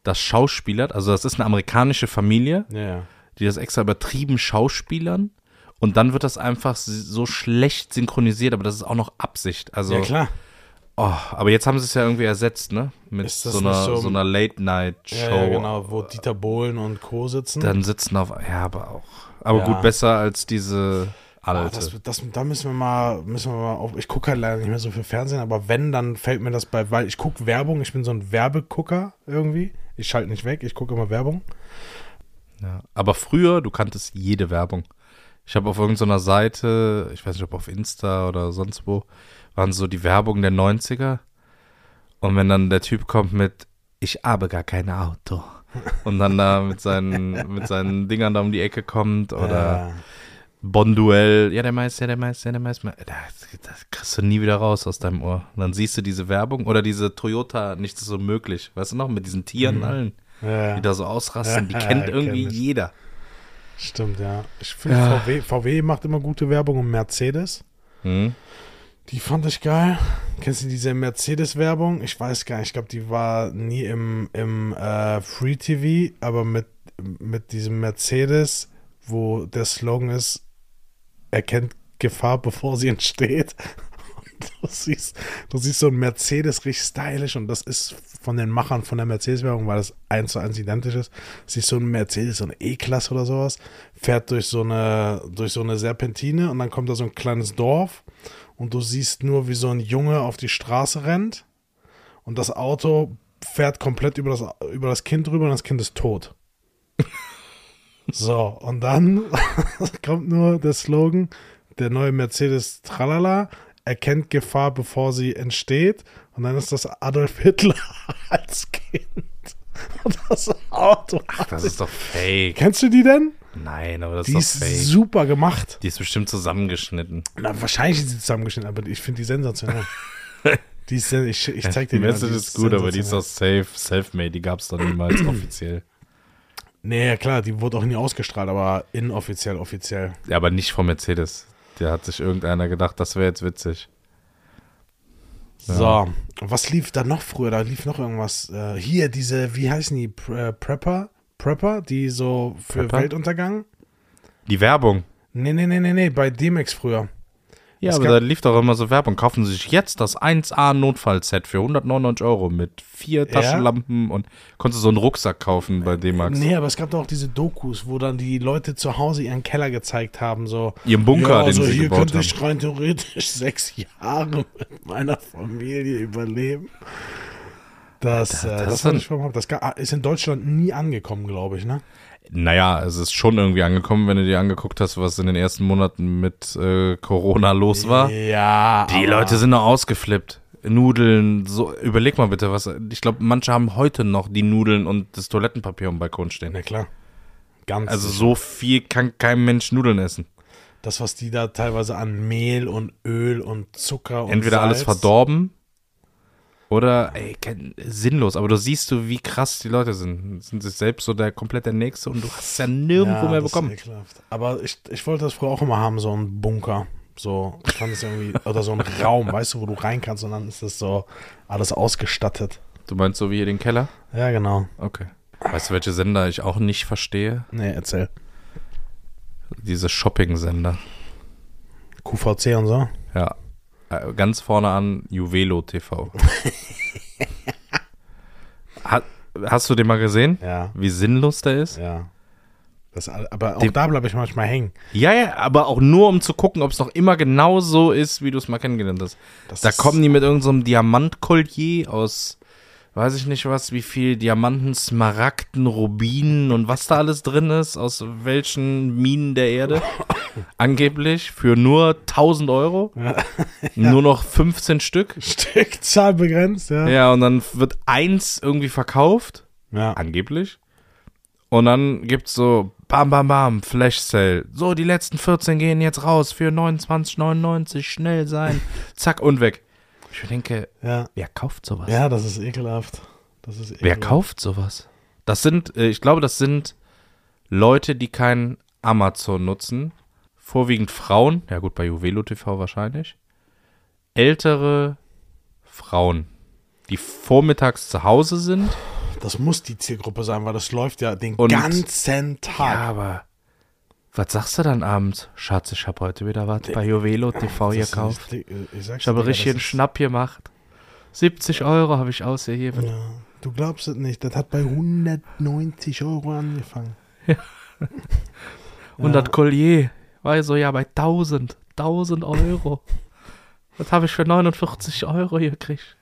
[SPEAKER 2] das schauspielert. Also, das ist eine amerikanische Familie,
[SPEAKER 1] Ja, ja.
[SPEAKER 2] die das extra übertrieben schauspielern. Und dann wird das einfach so schlecht synchronisiert, aber das ist auch noch Absicht. Also,
[SPEAKER 1] ja, klar.
[SPEAKER 2] Oh, aber jetzt haben sie es ja irgendwie ersetzt, ne? Mit
[SPEAKER 1] Ist das
[SPEAKER 2] so einer,
[SPEAKER 1] nicht so-
[SPEAKER 2] so, einer Late-Night-Show.
[SPEAKER 1] Ja, ja, genau, wo Dieter Bohlen und Co. sitzen.
[SPEAKER 2] Dann sitzen auf. Ja, aber auch. Aber
[SPEAKER 1] Ja.
[SPEAKER 2] gut, besser als diese
[SPEAKER 1] Ah,
[SPEAKER 2] alte.
[SPEAKER 1] das, das, da müssen wir mal, müssen wir mal auf. Ich gucke halt leider nicht mehr so viel Fernsehen, aber wenn, dann fällt mir das bei, weil ich gucke Werbung, ich bin so ein Werbegucker irgendwie. Ich schalte nicht weg, ich gucke immer Werbung.
[SPEAKER 2] ja. Aber früher, du kanntest jede Werbung. Ich habe auf irgendeiner Seite, ich weiß nicht, ob auf Insta oder sonst wo, waren so die Werbung der 90er. Und wenn dann der Typ kommt mit, ich habe gar kein Auto. Und dann da mit seinen, mit seinen Dingern da um die Ecke kommt oder. Bonduell, ja, der Mais, ja, der Mais, ja, der Mais. Ma- Das, das kriegst du nie wieder raus aus deinem Ohr. Und dann siehst du diese Werbung oder diese Toyota, nichts ist so möglich. Weißt du noch, mit diesen Tieren allen,
[SPEAKER 1] Ja,
[SPEAKER 2] die
[SPEAKER 1] ja.
[SPEAKER 2] da so ausrasten,
[SPEAKER 1] [laughs]
[SPEAKER 2] die
[SPEAKER 1] Mhm. Ja,
[SPEAKER 2] kennt
[SPEAKER 1] kenn
[SPEAKER 2] irgendwie
[SPEAKER 1] ich.
[SPEAKER 2] jeder.
[SPEAKER 1] stimmt, ja. Ich finde,
[SPEAKER 2] Ja.
[SPEAKER 1] VW, VW macht immer gute Werbung und Mercedes.
[SPEAKER 2] Hm?
[SPEAKER 1] Die fand ich geil. Kennst du diese Mercedes-Werbung? Ich weiß gar nicht, ich glaube, die war nie im, im äh, Free TV, aber mit, mit diesem Mercedes, wo der Slogan ist, erkennt Gefahr, bevor sie entsteht. Und Du siehst, du siehst so ein Mercedes richtig stylisch und das ist von den Machern von der Mercedes-Werbung, weil das eins zu eins identisch ist. Siehst so ein Mercedes, so eine E-Klasse oder sowas, fährt durch so eine, durch so eine Serpentine und dann kommt da so ein kleines Dorf und du siehst nur, wie so ein Junge auf die Straße rennt und das Auto fährt komplett über das, über das Kind drüber und das Kind ist
[SPEAKER 2] [laughs]
[SPEAKER 1] tot. So, und dann [laughs] kommt nur der Slogan, der neue Mercedes Tralala erkennt Gefahr, bevor sie entsteht. Und dann ist das Adolf Hitler [laughs] als Kind. Und das Auto.
[SPEAKER 2] Das ist doch fake.
[SPEAKER 1] Kennst du die denn?
[SPEAKER 2] Nein, aber das
[SPEAKER 1] Die ist
[SPEAKER 2] ist doch fake.
[SPEAKER 1] super gemacht.
[SPEAKER 2] die ist bestimmt zusammengeschnitten.
[SPEAKER 1] Na, wahrscheinlich ist sie zusammengeschnitten, aber ich finde die
[SPEAKER 2] [laughs]
[SPEAKER 1] sensationell. die ist, sen- ich, ich zeig dir
[SPEAKER 2] Die
[SPEAKER 1] mal,
[SPEAKER 2] Message ist gut, aber die ist
[SPEAKER 1] sensationell.
[SPEAKER 2] doch safe, self-made. Die gab es doch [clears throat] niemals offiziell.
[SPEAKER 1] Nee, ja, klar, die wurde auch nie ausgestrahlt, aber inoffiziell, offiziell.
[SPEAKER 2] Ja, aber nicht von Mercedes. Der hat sich irgendeiner gedacht, das wäre jetzt witzig.
[SPEAKER 1] So, was lief da noch früher? Da lief noch irgendwas. Äh, hier, diese, wie heißen die? Pre äh, Prepper? Prepper, die so für
[SPEAKER 2] Prepper?
[SPEAKER 1] Weltuntergang?
[SPEAKER 2] Die Werbung.
[SPEAKER 1] Nee, nee, nee, nee, nee, bei Demex früher.
[SPEAKER 2] Ja,
[SPEAKER 1] Es
[SPEAKER 2] aber
[SPEAKER 1] gab-
[SPEAKER 2] da lief doch immer so Werbung. Kaufen Sie sich jetzt das 1A Notfallset für 199 Euro mit vier
[SPEAKER 1] Ja.
[SPEAKER 2] Taschenlampen und konntest so einen Rucksack kaufen bei D-Max.
[SPEAKER 1] Nee, aber es gab doch auch diese Dokus, wo dann die Leute zu Hause ihren Keller gezeigt haben, so.
[SPEAKER 2] Ihren Bunker,
[SPEAKER 1] ja,
[SPEAKER 2] den
[SPEAKER 1] also
[SPEAKER 2] sie
[SPEAKER 1] hier
[SPEAKER 2] gebaut
[SPEAKER 1] könnte
[SPEAKER 2] haben.
[SPEAKER 1] ich rein theoretisch [laughs] sechs Jahre mit meiner Familie überleben. Das, äh, das,
[SPEAKER 2] ist
[SPEAKER 1] war
[SPEAKER 2] ein-
[SPEAKER 1] nicht vom Haupt. Das ga- ah, ist in Deutschland nie angekommen, glaube ich, ne?
[SPEAKER 2] Naja, es ist schon irgendwie angekommen, wenn du dir angeguckt hast, was in den ersten Monaten mit äh, Corona los war.
[SPEAKER 1] Ja.
[SPEAKER 2] Die
[SPEAKER 1] aber-
[SPEAKER 2] Leute sind noch ausgeflippt. Nudeln, so, überleg mal bitte, was. Ich glaube, manche haben heute noch die Nudeln und das Toilettenpapier am Balkon stehen.
[SPEAKER 1] Na klar. Ganz.
[SPEAKER 2] Also so viel kann kein Mensch Nudeln essen.
[SPEAKER 1] das, was die da teilweise an Mehl und Öl und Zucker und
[SPEAKER 2] entweder alles
[SPEAKER 1] Salz-
[SPEAKER 2] verdorben oder ey, kein, sinnlos. Aber du siehst du, wie krass die Leute sind. Sind sich selbst so der komplett der Nächste und du hast es ja nirgendwo
[SPEAKER 1] ja,
[SPEAKER 2] mehr
[SPEAKER 1] das ist
[SPEAKER 2] bekommen.
[SPEAKER 1] ekelhaft. Aber ich, ich wollte das früher auch immer haben, so einen Bunker. So, ich fand es irgendwie, [laughs] oder so einen Raum, weißt du, wo du rein kannst und dann ist das so alles ausgestattet.
[SPEAKER 2] Du meinst so wie hier den Keller?
[SPEAKER 1] Ja, genau.
[SPEAKER 2] Okay. Weißt du, welche Sender ich auch nicht verstehe?
[SPEAKER 1] Nee, erzähl.
[SPEAKER 2] Diese Shopping-Sender.
[SPEAKER 1] QVC und so.
[SPEAKER 2] Ja. Äh, Ganz vorne an Juvelo [laughs] TV. ha, hast du den mal gesehen?
[SPEAKER 1] Ja,
[SPEAKER 2] Wie sinnlos der ist?
[SPEAKER 1] ja. Das, all- aber auch
[SPEAKER 2] Die-
[SPEAKER 1] da bleibe ich manchmal hängen.
[SPEAKER 2] Ja, ja, aber auch nur, um zu gucken, ob es noch immer genau so ist, wie du es mal kennengelernt hast.
[SPEAKER 1] Das
[SPEAKER 2] Da
[SPEAKER 1] ist- [laughs]
[SPEAKER 2] kommen die mit irgendeinem so Diamantkollier aus, weiß ich nicht was, wie viel Diamanten, Smaragden, Rubinen und was da alles drin ist, aus welchen Minen der [laughs] Erde. Angeblich für nur 1000 Euro. Nur noch 15 Stück.
[SPEAKER 1] Stückzahl begrenzt, ja.
[SPEAKER 2] Ja, und dann wird eins irgendwie verkauft,
[SPEAKER 1] Ja,
[SPEAKER 2] angeblich. Und dann gibt's so Bam Bam Bam, Flash Sale. So, die letzten 14 gehen jetzt raus für 29,99, schnell
[SPEAKER 1] [laughs]
[SPEAKER 2] sein. Zack und weg. Ich denke,
[SPEAKER 1] ja.
[SPEAKER 2] Wer kauft sowas?
[SPEAKER 1] Ja, das ist ekelhaft. Das ist
[SPEAKER 2] Wer
[SPEAKER 1] ekelhaft.
[SPEAKER 2] kauft sowas? Das sind, äh, ich glaube, das sind Leute, die kein Amazon nutzen, vorwiegend Frauen, ja gut, bei Juvelo TV wahrscheinlich, ältere Frauen, die vormittags zu Hause sind.
[SPEAKER 1] Das muss die Zielgruppe sein, weil das läuft ja den
[SPEAKER 2] Und-
[SPEAKER 1] ganzen
[SPEAKER 2] Ja,
[SPEAKER 1] Tag.
[SPEAKER 2] aber was sagst du dann abends? Schatz, ich habe heute wieder was bei Juvelo TV
[SPEAKER 1] Das ist-
[SPEAKER 2] gekauft.
[SPEAKER 1] Ich, ich, sag's
[SPEAKER 2] Ich habe
[SPEAKER 1] dir, das
[SPEAKER 2] richtig einen
[SPEAKER 1] ist-
[SPEAKER 2] Schnapp gemacht. 70 Euro habe ich ausgegeben.
[SPEAKER 1] Ja, du glaubst es nicht. Das hat bei 190 Euro angefangen.
[SPEAKER 2] Und das Collier war so ja bei 1000,
[SPEAKER 1] [laughs]
[SPEAKER 2] 1000 Euro. Das habe ich für 49 Euro gekriegt.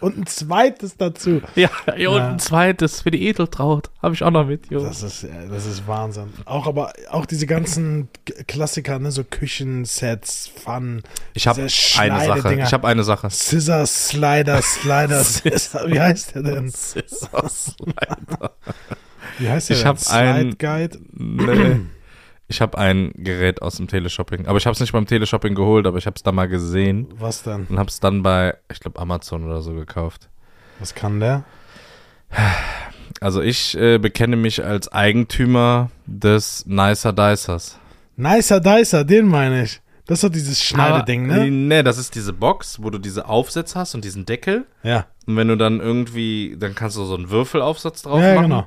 [SPEAKER 1] Und ein zweites dazu.
[SPEAKER 2] Ja, ja, und
[SPEAKER 1] Ja.
[SPEAKER 2] ein zweites für die Edeltraut habe ich auch noch mit. Jo.
[SPEAKER 1] Das ist, äh, das ist Wahnsinn. Auch aber auch diese ganzen K- Klassiker, ne, so Küchensets, Fun.
[SPEAKER 2] Ich habe eine
[SPEAKER 1] diese
[SPEAKER 2] Sache.
[SPEAKER 1] Schneidedinger.
[SPEAKER 2] Ich habe eine Sache.
[SPEAKER 1] Scissor, Slider, Slider,
[SPEAKER 2] [laughs]
[SPEAKER 1] Scissor. Wie heißt der denn? [laughs] Wie heißt der
[SPEAKER 2] Ich
[SPEAKER 1] denn?
[SPEAKER 2] hab ein-
[SPEAKER 1] Slide Guide.
[SPEAKER 2] nee. Ich habe ein Gerät aus dem Teleshopping. Aber ich habe es nicht beim Teleshopping geholt, aber ich habe es da mal gesehen
[SPEAKER 1] Was denn?
[SPEAKER 2] und habe es dann bei, ich glaube, Amazon oder so gekauft.
[SPEAKER 1] Was kann der?
[SPEAKER 2] Also ich äh, bekenne mich als Eigentümer des Nicer Dicers.
[SPEAKER 1] Nicer Dicer, den meine ich. Das ist doch dieses Schneideding,
[SPEAKER 2] Aber,
[SPEAKER 1] ne?
[SPEAKER 2] äh, Nee, das ist diese Box, wo du diese Aufsätze hast und diesen Deckel.
[SPEAKER 1] Ja.
[SPEAKER 2] Und wenn du dann irgendwie, dann kannst du so einen Würfelaufsatz drauf
[SPEAKER 1] Ja,
[SPEAKER 2] machen.
[SPEAKER 1] genau.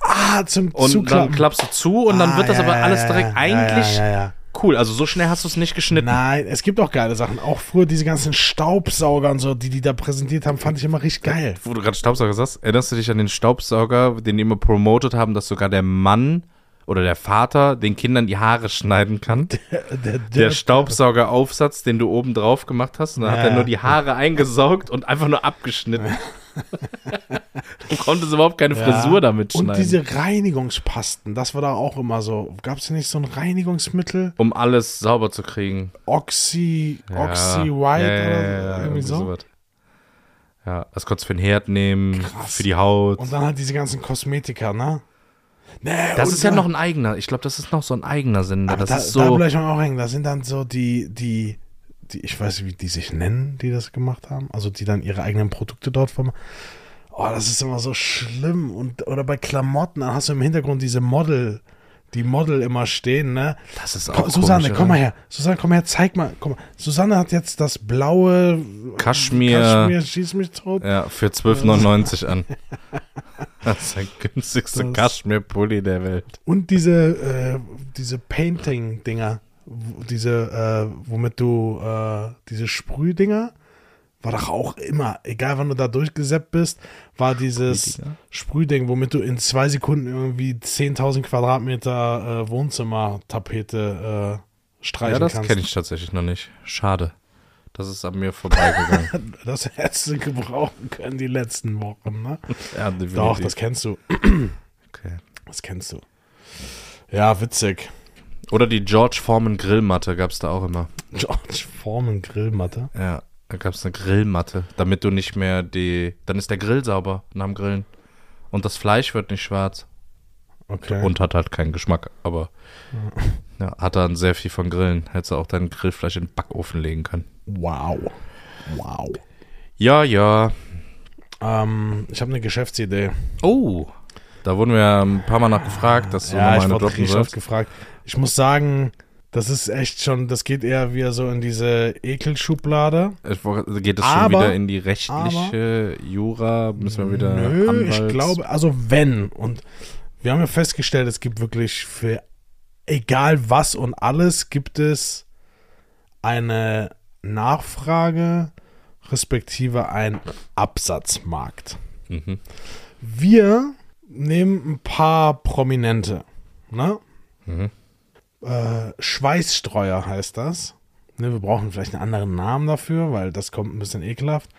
[SPEAKER 1] Ah, zum
[SPEAKER 2] Und dann
[SPEAKER 1] Zuklappen.
[SPEAKER 2] klappst du zu und dann
[SPEAKER 1] Ah,
[SPEAKER 2] wird das
[SPEAKER 1] ja,
[SPEAKER 2] aber
[SPEAKER 1] ja,
[SPEAKER 2] alles
[SPEAKER 1] ja,
[SPEAKER 2] direkt
[SPEAKER 1] ja,
[SPEAKER 2] eigentlich
[SPEAKER 1] Ja, ja, ja.
[SPEAKER 2] cool. Also so schnell hast du es nicht geschnitten.
[SPEAKER 1] Nein, es gibt auch geile Sachen. Auch früher diese ganzen Staubsauger und so, die die da präsentiert haben, fand ich immer richtig geil.
[SPEAKER 2] Wo du gerade Staubsauger sagst, erinnerst du dich an den Staubsauger, den die immer promotet haben, dass sogar der Mann oder der Vater den Kindern die Haare schneiden kann?
[SPEAKER 1] [laughs] Der, der,
[SPEAKER 2] Der Staubsaugeraufsatz, den du oben drauf gemacht hast, und dann hat
[SPEAKER 1] Ja,
[SPEAKER 2] er nur
[SPEAKER 1] ja.
[SPEAKER 2] die Haare eingesaugt und einfach
[SPEAKER 1] [laughs]
[SPEAKER 2] nur abgeschnitten. du konntest überhaupt keine Frisur damit schneiden.
[SPEAKER 1] Und diese Reinigungspasten, das war da auch immer so. Gab es nicht so ein Reinigungsmittel?
[SPEAKER 2] um alles sauber zu kriegen.
[SPEAKER 1] Oxy, Oxy White oder so, irgendwie so.
[SPEAKER 2] sowas. Ja, das konntest du für den Herd nehmen,
[SPEAKER 1] Krass.
[SPEAKER 2] für die Haut.
[SPEAKER 1] Und dann halt diese ganzen Kosmetika, ne? Nee,
[SPEAKER 2] das
[SPEAKER 1] und
[SPEAKER 2] ist ja
[SPEAKER 1] dann-
[SPEAKER 2] noch ein eigener. Ich glaube, das ist noch so ein eigener Sender.
[SPEAKER 1] Aber
[SPEAKER 2] Das
[SPEAKER 1] da,
[SPEAKER 2] ist
[SPEAKER 1] da
[SPEAKER 2] so.
[SPEAKER 1] bleib ich mal auch hängen. Da sind dann so die, die, die, ich weiß nicht, wie die sich nennen, die das gemacht haben. Also die dann ihre eigenen Produkte dort vermachen. Oh, das ist immer so schlimm. Und, oder bei Klamotten, dann hast du im Hintergrund diese Model, die Model immer stehen, ne?
[SPEAKER 2] Das ist
[SPEAKER 1] Komm,
[SPEAKER 2] auch
[SPEAKER 1] Susanne,
[SPEAKER 2] komisch,
[SPEAKER 1] komm mal
[SPEAKER 2] oder?
[SPEAKER 1] her. Susanne, komm mal her, zeig mal. Komm mal. Susanne hat jetzt das blaue
[SPEAKER 2] Kaschmir.
[SPEAKER 1] Kaschmir schieß mich tot.
[SPEAKER 2] Ja, für 12,99 an. [laughs] Das ist der günstigste
[SPEAKER 1] Das-
[SPEAKER 2] Kaschmir-Pulli der Welt.
[SPEAKER 1] Und diese, äh, diese Painting-Dinger, w- diese, äh, womit du, äh, diese Sprühdinger, war doch auch immer, egal wann du da durchgesäppt bist, war dieses
[SPEAKER 2] Sprühdinger?
[SPEAKER 1] Sprühding, womit du in zwei Sekunden irgendwie 10.000 Quadratmeter äh, Wohnzimmer-Tapete äh, streichen
[SPEAKER 2] Ja, das
[SPEAKER 1] kannst.
[SPEAKER 2] kenne ich tatsächlich noch nicht. Schade. Das ist an mir vorbeigegangen.
[SPEAKER 1] [laughs] Das hättest du gebrauchen können die letzten Wochen, ne?
[SPEAKER 2] ja,
[SPEAKER 1] Doch,
[SPEAKER 2] definitiv.
[SPEAKER 1] das kennst du.
[SPEAKER 2] okay.
[SPEAKER 1] Das kennst du. Ja, witzig.
[SPEAKER 2] Oder die George Foreman Grillmatte gab es da auch immer.
[SPEAKER 1] George Foreman Grillmatte.
[SPEAKER 2] Ja, da gab es eine Grillmatte, damit du nicht mehr die. Dann ist der Grill sauber nach dem Grillen. Und das Fleisch wird nicht schwarz.
[SPEAKER 1] Okay.
[SPEAKER 2] Und hat halt keinen Geschmack, aber ja, hat dann sehr viel von Grillen. Hättest du auch dein Grillfleisch in den Backofen legen können.
[SPEAKER 1] Wow. Wow.
[SPEAKER 2] Ja, ja.
[SPEAKER 1] Ähm, ich habe eine Geschäftsidee.
[SPEAKER 2] Oh. Da wurden wir ja ein paar Mal nachgefragt, dass du
[SPEAKER 1] ja, ich
[SPEAKER 2] nochmal eine
[SPEAKER 1] wurde
[SPEAKER 2] droppen
[SPEAKER 1] richtig oft
[SPEAKER 2] sollst.
[SPEAKER 1] gefragt. Ich muss sagen, das ist echt schon, das geht eher wieder so in diese Ekelschublade.
[SPEAKER 2] Ich wollte- Geht es schon
[SPEAKER 1] Aber-
[SPEAKER 2] wieder in die rechtliche Jura? Müssen wir wieder
[SPEAKER 1] Nö, ich
[SPEAKER 2] Anwalts-
[SPEAKER 1] glaube, also wenn. Und wir haben ja festgestellt, es gibt wirklich für egal was und alles gibt es eine Nachfrage respektive ein Absatzmarkt.
[SPEAKER 2] Mhm.
[SPEAKER 1] Wir nehmen ein paar Prominente. Ne?
[SPEAKER 2] Mhm.
[SPEAKER 1] Äh, Schweißstreuer heißt das. Ne, wir brauchen vielleicht einen anderen Namen dafür, weil das kommt ein bisschen ekelhaft.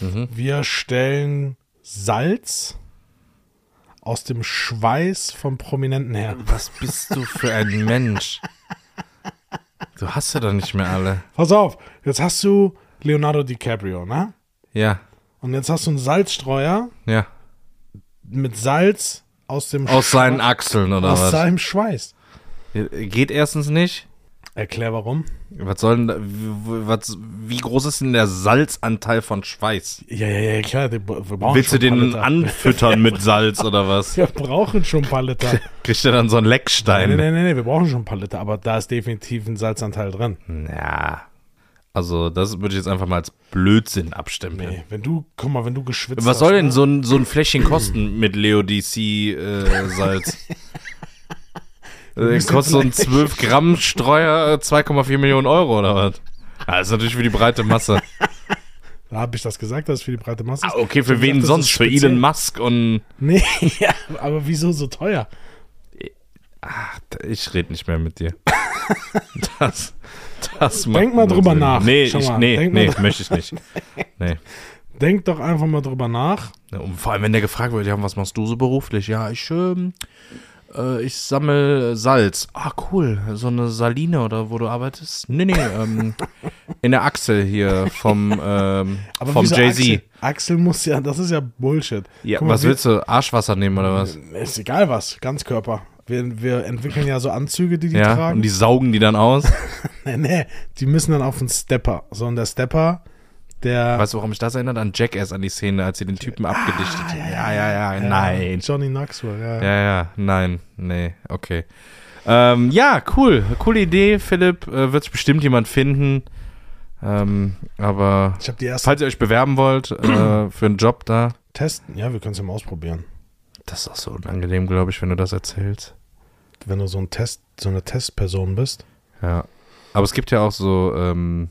[SPEAKER 2] Mhm.
[SPEAKER 1] Wir stellen Salz aus dem Schweiß von Prominenten her.
[SPEAKER 2] Was bist du für ein Mensch? Du hast ja doch nicht mehr alle.
[SPEAKER 1] Pass auf, jetzt hast du Leonardo DiCaprio, ne?
[SPEAKER 2] Ja,
[SPEAKER 1] Und jetzt hast du einen Salzstreuer
[SPEAKER 2] ja.
[SPEAKER 1] mit Salz aus dem
[SPEAKER 2] Aus
[SPEAKER 1] Schwe-
[SPEAKER 2] seinen Achseln oder
[SPEAKER 1] aus
[SPEAKER 2] was?
[SPEAKER 1] seinem Schweiß.
[SPEAKER 2] Geht erstens nicht.
[SPEAKER 1] Erklär warum.
[SPEAKER 2] Was soll denn da, wie, was, wie groß ist denn der Salzanteil von Schweiß?
[SPEAKER 1] Ja, ja, ja, klar. die- Wir brauchen
[SPEAKER 2] Willst du
[SPEAKER 1] Oh, schon
[SPEAKER 2] den
[SPEAKER 1] Paletter.
[SPEAKER 2] anfüttern mit Salz oder was?
[SPEAKER 1] Wir brauchen schon
[SPEAKER 2] [laughs]
[SPEAKER 1] Paletter.
[SPEAKER 2] Kriegt er dann so einen
[SPEAKER 1] nee, nee,
[SPEAKER 2] Leckstein?
[SPEAKER 1] nee, nee, wir brauchen schon Paletter, aber da ist definitiv ein Salzanteil drin.
[SPEAKER 2] Hm. Ja. Also, das würde ich jetzt einfach mal als Blödsinn abstempeln.
[SPEAKER 1] Nee, wenn du, guck mal, wenn du geschwitzt
[SPEAKER 2] Was soll
[SPEAKER 1] hast, ne?
[SPEAKER 2] denn so ein, so
[SPEAKER 1] [clears throat]
[SPEAKER 2] ein Fläschchen kosten mit Leo DC äh,
[SPEAKER 1] [laughs]
[SPEAKER 2] Salz? Äh, kostet so ein 12 Gramm Streuer äh, 2,4 Millionen Euro oder was? Ja, das ist natürlich für die
[SPEAKER 1] [laughs]
[SPEAKER 2] breite Masse.
[SPEAKER 1] Da habe ich das gesagt, dass es für die breite Masse
[SPEAKER 2] Ah,
[SPEAKER 1] ist.
[SPEAKER 2] okay, für
[SPEAKER 1] Ich
[SPEAKER 2] wen
[SPEAKER 1] dachte, das
[SPEAKER 2] sonst?
[SPEAKER 1] ist
[SPEAKER 2] Für
[SPEAKER 1] speziell.
[SPEAKER 2] Elon Musk und.
[SPEAKER 1] Nee, [laughs] ja, aber wieso so teuer?
[SPEAKER 2] Ich rede nicht mehr mit [laughs] dir. Das, das macht
[SPEAKER 1] Denk mal
[SPEAKER 2] nur
[SPEAKER 1] drüber
[SPEAKER 2] Sinn.
[SPEAKER 1] nach.
[SPEAKER 2] Nee,
[SPEAKER 1] Schau
[SPEAKER 2] ich,
[SPEAKER 1] mal,
[SPEAKER 2] nee,
[SPEAKER 1] denk mal
[SPEAKER 2] [laughs] nee
[SPEAKER 1] drüber
[SPEAKER 2] möchte ich nicht. Nee.
[SPEAKER 1] Denk doch einfach mal drüber nach.
[SPEAKER 2] Ne, Und vor allem, wenn der gefragt wird, ja, was machst du so beruflich? Ja, ich, ähm, äh, ich sammle Salz. Ah, cool. So eine Saline oder wo du arbeitest? Nee, nee, ähm, in der Achsel hier [laughs] vom, ähm,
[SPEAKER 1] Aber
[SPEAKER 2] vom
[SPEAKER 1] wieso
[SPEAKER 2] Jay-Z.
[SPEAKER 1] Axel? Axel muss ja, das ist ja Bullshit.
[SPEAKER 2] Ja,
[SPEAKER 1] Guck mal,
[SPEAKER 2] was
[SPEAKER 1] wir-
[SPEAKER 2] willst du? Arschwasser nehmen oder was?
[SPEAKER 1] Ist egal was, Ganzkörper. Wir, wir entwickeln ja so Anzüge, die die
[SPEAKER 2] ja,
[SPEAKER 1] tragen.
[SPEAKER 2] und die saugen die dann [laughs] aus.
[SPEAKER 1] nee, nee, die müssen dann auf den Stepper. So, und der Stepper, der...
[SPEAKER 2] weißt du, warum mich das erinnert? An Jackass, an die Szene, als sie den Typen abgedichtet haben. Ah, Ja, ja, ja,
[SPEAKER 1] Ja,
[SPEAKER 2] nein.
[SPEAKER 1] Johnny Knoxville, ja.
[SPEAKER 2] Ja, ja, nein, nee, okay. Ähm, ja, cool, coole Idee, Philipp. Äh, wird sich bestimmt jemand finden. Ähm, aber
[SPEAKER 1] Ich habe die ersten
[SPEAKER 2] falls ihr euch bewerben wollt [clears throat] äh, für einen Job da,
[SPEAKER 1] Testen. Ja, wir können es ja mal ausprobieren.
[SPEAKER 2] das ist auch so unangenehm, glaube ich, wenn du das erzählst.
[SPEAKER 1] Wenn du so ein Test, so eine Testperson bist.
[SPEAKER 2] Ja, aber es gibt ja auch so ähm,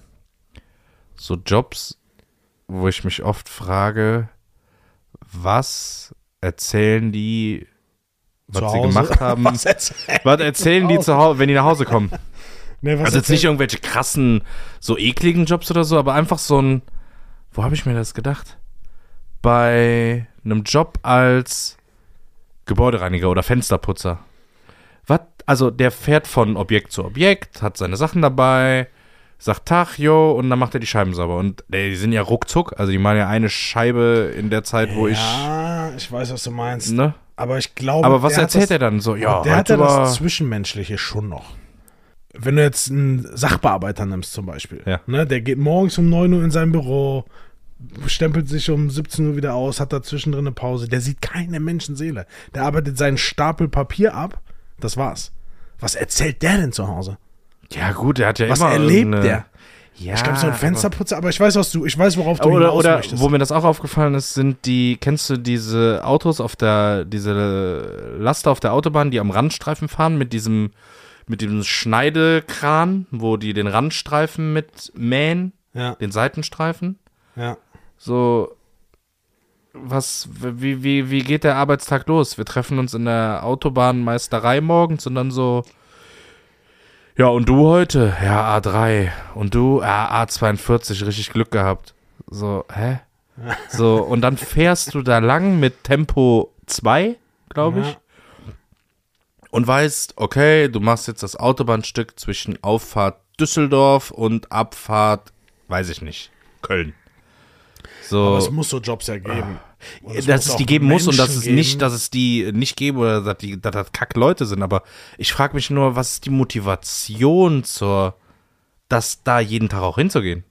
[SPEAKER 2] so Jobs, wo ich mich oft frage, was erzählen die, was
[SPEAKER 1] Zu
[SPEAKER 2] sie
[SPEAKER 1] Hause. [laughs]
[SPEAKER 2] gemacht haben,
[SPEAKER 1] Was
[SPEAKER 2] [laughs] was,
[SPEAKER 1] erzähl-
[SPEAKER 2] erzählen die zu Hause, wenn die nach Hause kommen?
[SPEAKER 1] nee, was
[SPEAKER 2] Also jetzt
[SPEAKER 1] erzähl-
[SPEAKER 2] nicht irgendwelche krassen, so ekligen Jobs oder so, aber einfach so ein, wo habe ich mir das gedacht? Bei einem Job als Gebäudereiniger oder Fensterputzer. Was? Also der fährt von Objekt zu Objekt, hat seine Sachen dabei, sagt Tag, yo, und dann macht er die Scheiben sauber. Und ey, die sind ja ruckzuck, also die machen ja eine Scheibe in der Zeit, wo
[SPEAKER 1] Ja, ich weiß, was du meinst.
[SPEAKER 2] ich, ne?
[SPEAKER 1] Aber ich glaube.
[SPEAKER 2] Aber was
[SPEAKER 1] der hat
[SPEAKER 2] erzählt
[SPEAKER 1] das,
[SPEAKER 2] er dann so? Ja,
[SPEAKER 1] Der hat
[SPEAKER 2] heute
[SPEAKER 1] ja
[SPEAKER 2] war-
[SPEAKER 1] das Zwischenmenschliche schon noch. Wenn du jetzt einen Sachbearbeiter nimmst, zum Beispiel,
[SPEAKER 2] Ja.
[SPEAKER 1] ne, der geht morgens um 9 Uhr in sein Büro, stempelt sich um 17 Uhr wieder aus, hat da zwischendrin eine Pause, der sieht keine Menschenseele. Der arbeitet seinen Stapel Papier ab, das war's. Was erzählt der denn zu Hause?
[SPEAKER 2] ja gut, der hat ja
[SPEAKER 1] Was
[SPEAKER 2] immer
[SPEAKER 1] erlebt
[SPEAKER 2] irgendeine-
[SPEAKER 1] der?
[SPEAKER 2] Ja,
[SPEAKER 1] Ich glaube, so ein
[SPEAKER 2] aber-
[SPEAKER 1] Fensterputzer, aber ich weiß, was du, ich weiß, worauf du
[SPEAKER 2] oder,
[SPEAKER 1] hinaus
[SPEAKER 2] oder
[SPEAKER 1] möchtest.
[SPEAKER 2] wo mir das auch aufgefallen ist, sind die, kennst du diese Autos auf der, diese Laster auf der Autobahn, die am Randstreifen fahren mit diesem, mit diesem Schneidekran, wo die den Randstreifen mit mähen,
[SPEAKER 1] ja,
[SPEAKER 2] den Seitenstreifen?
[SPEAKER 1] ja.
[SPEAKER 2] So, was, wie, wie, wie geht der Arbeitstag los? Wir treffen uns in der Autobahnmeisterei morgens und dann so, ja, und du heute? Ja, A3. Und du? Ja, A42, richtig Glück gehabt. So, hä?
[SPEAKER 1] [laughs]
[SPEAKER 2] So, und dann fährst du da lang mit Tempo 2, glaube ich
[SPEAKER 1] Ja.
[SPEAKER 2] und weißt, okay, du machst jetzt das Autobahnstück zwischen Auffahrt Düsseldorf und Abfahrt, weiß ich nicht, Köln.
[SPEAKER 1] Aber es
[SPEAKER 2] So,
[SPEAKER 1] muss so Jobs ja geben. Und es
[SPEAKER 2] Oh. dass
[SPEAKER 1] muss
[SPEAKER 2] es
[SPEAKER 1] auch
[SPEAKER 2] die geben muss und dass
[SPEAKER 1] Menschen
[SPEAKER 2] es nicht,
[SPEAKER 1] geben.
[SPEAKER 2] dass es die nicht geben oder dass, die, dass das kack Leute sind. Aber ich frage mich nur, was ist die Motivation zur, das da jeden Tag auch hinzugehen?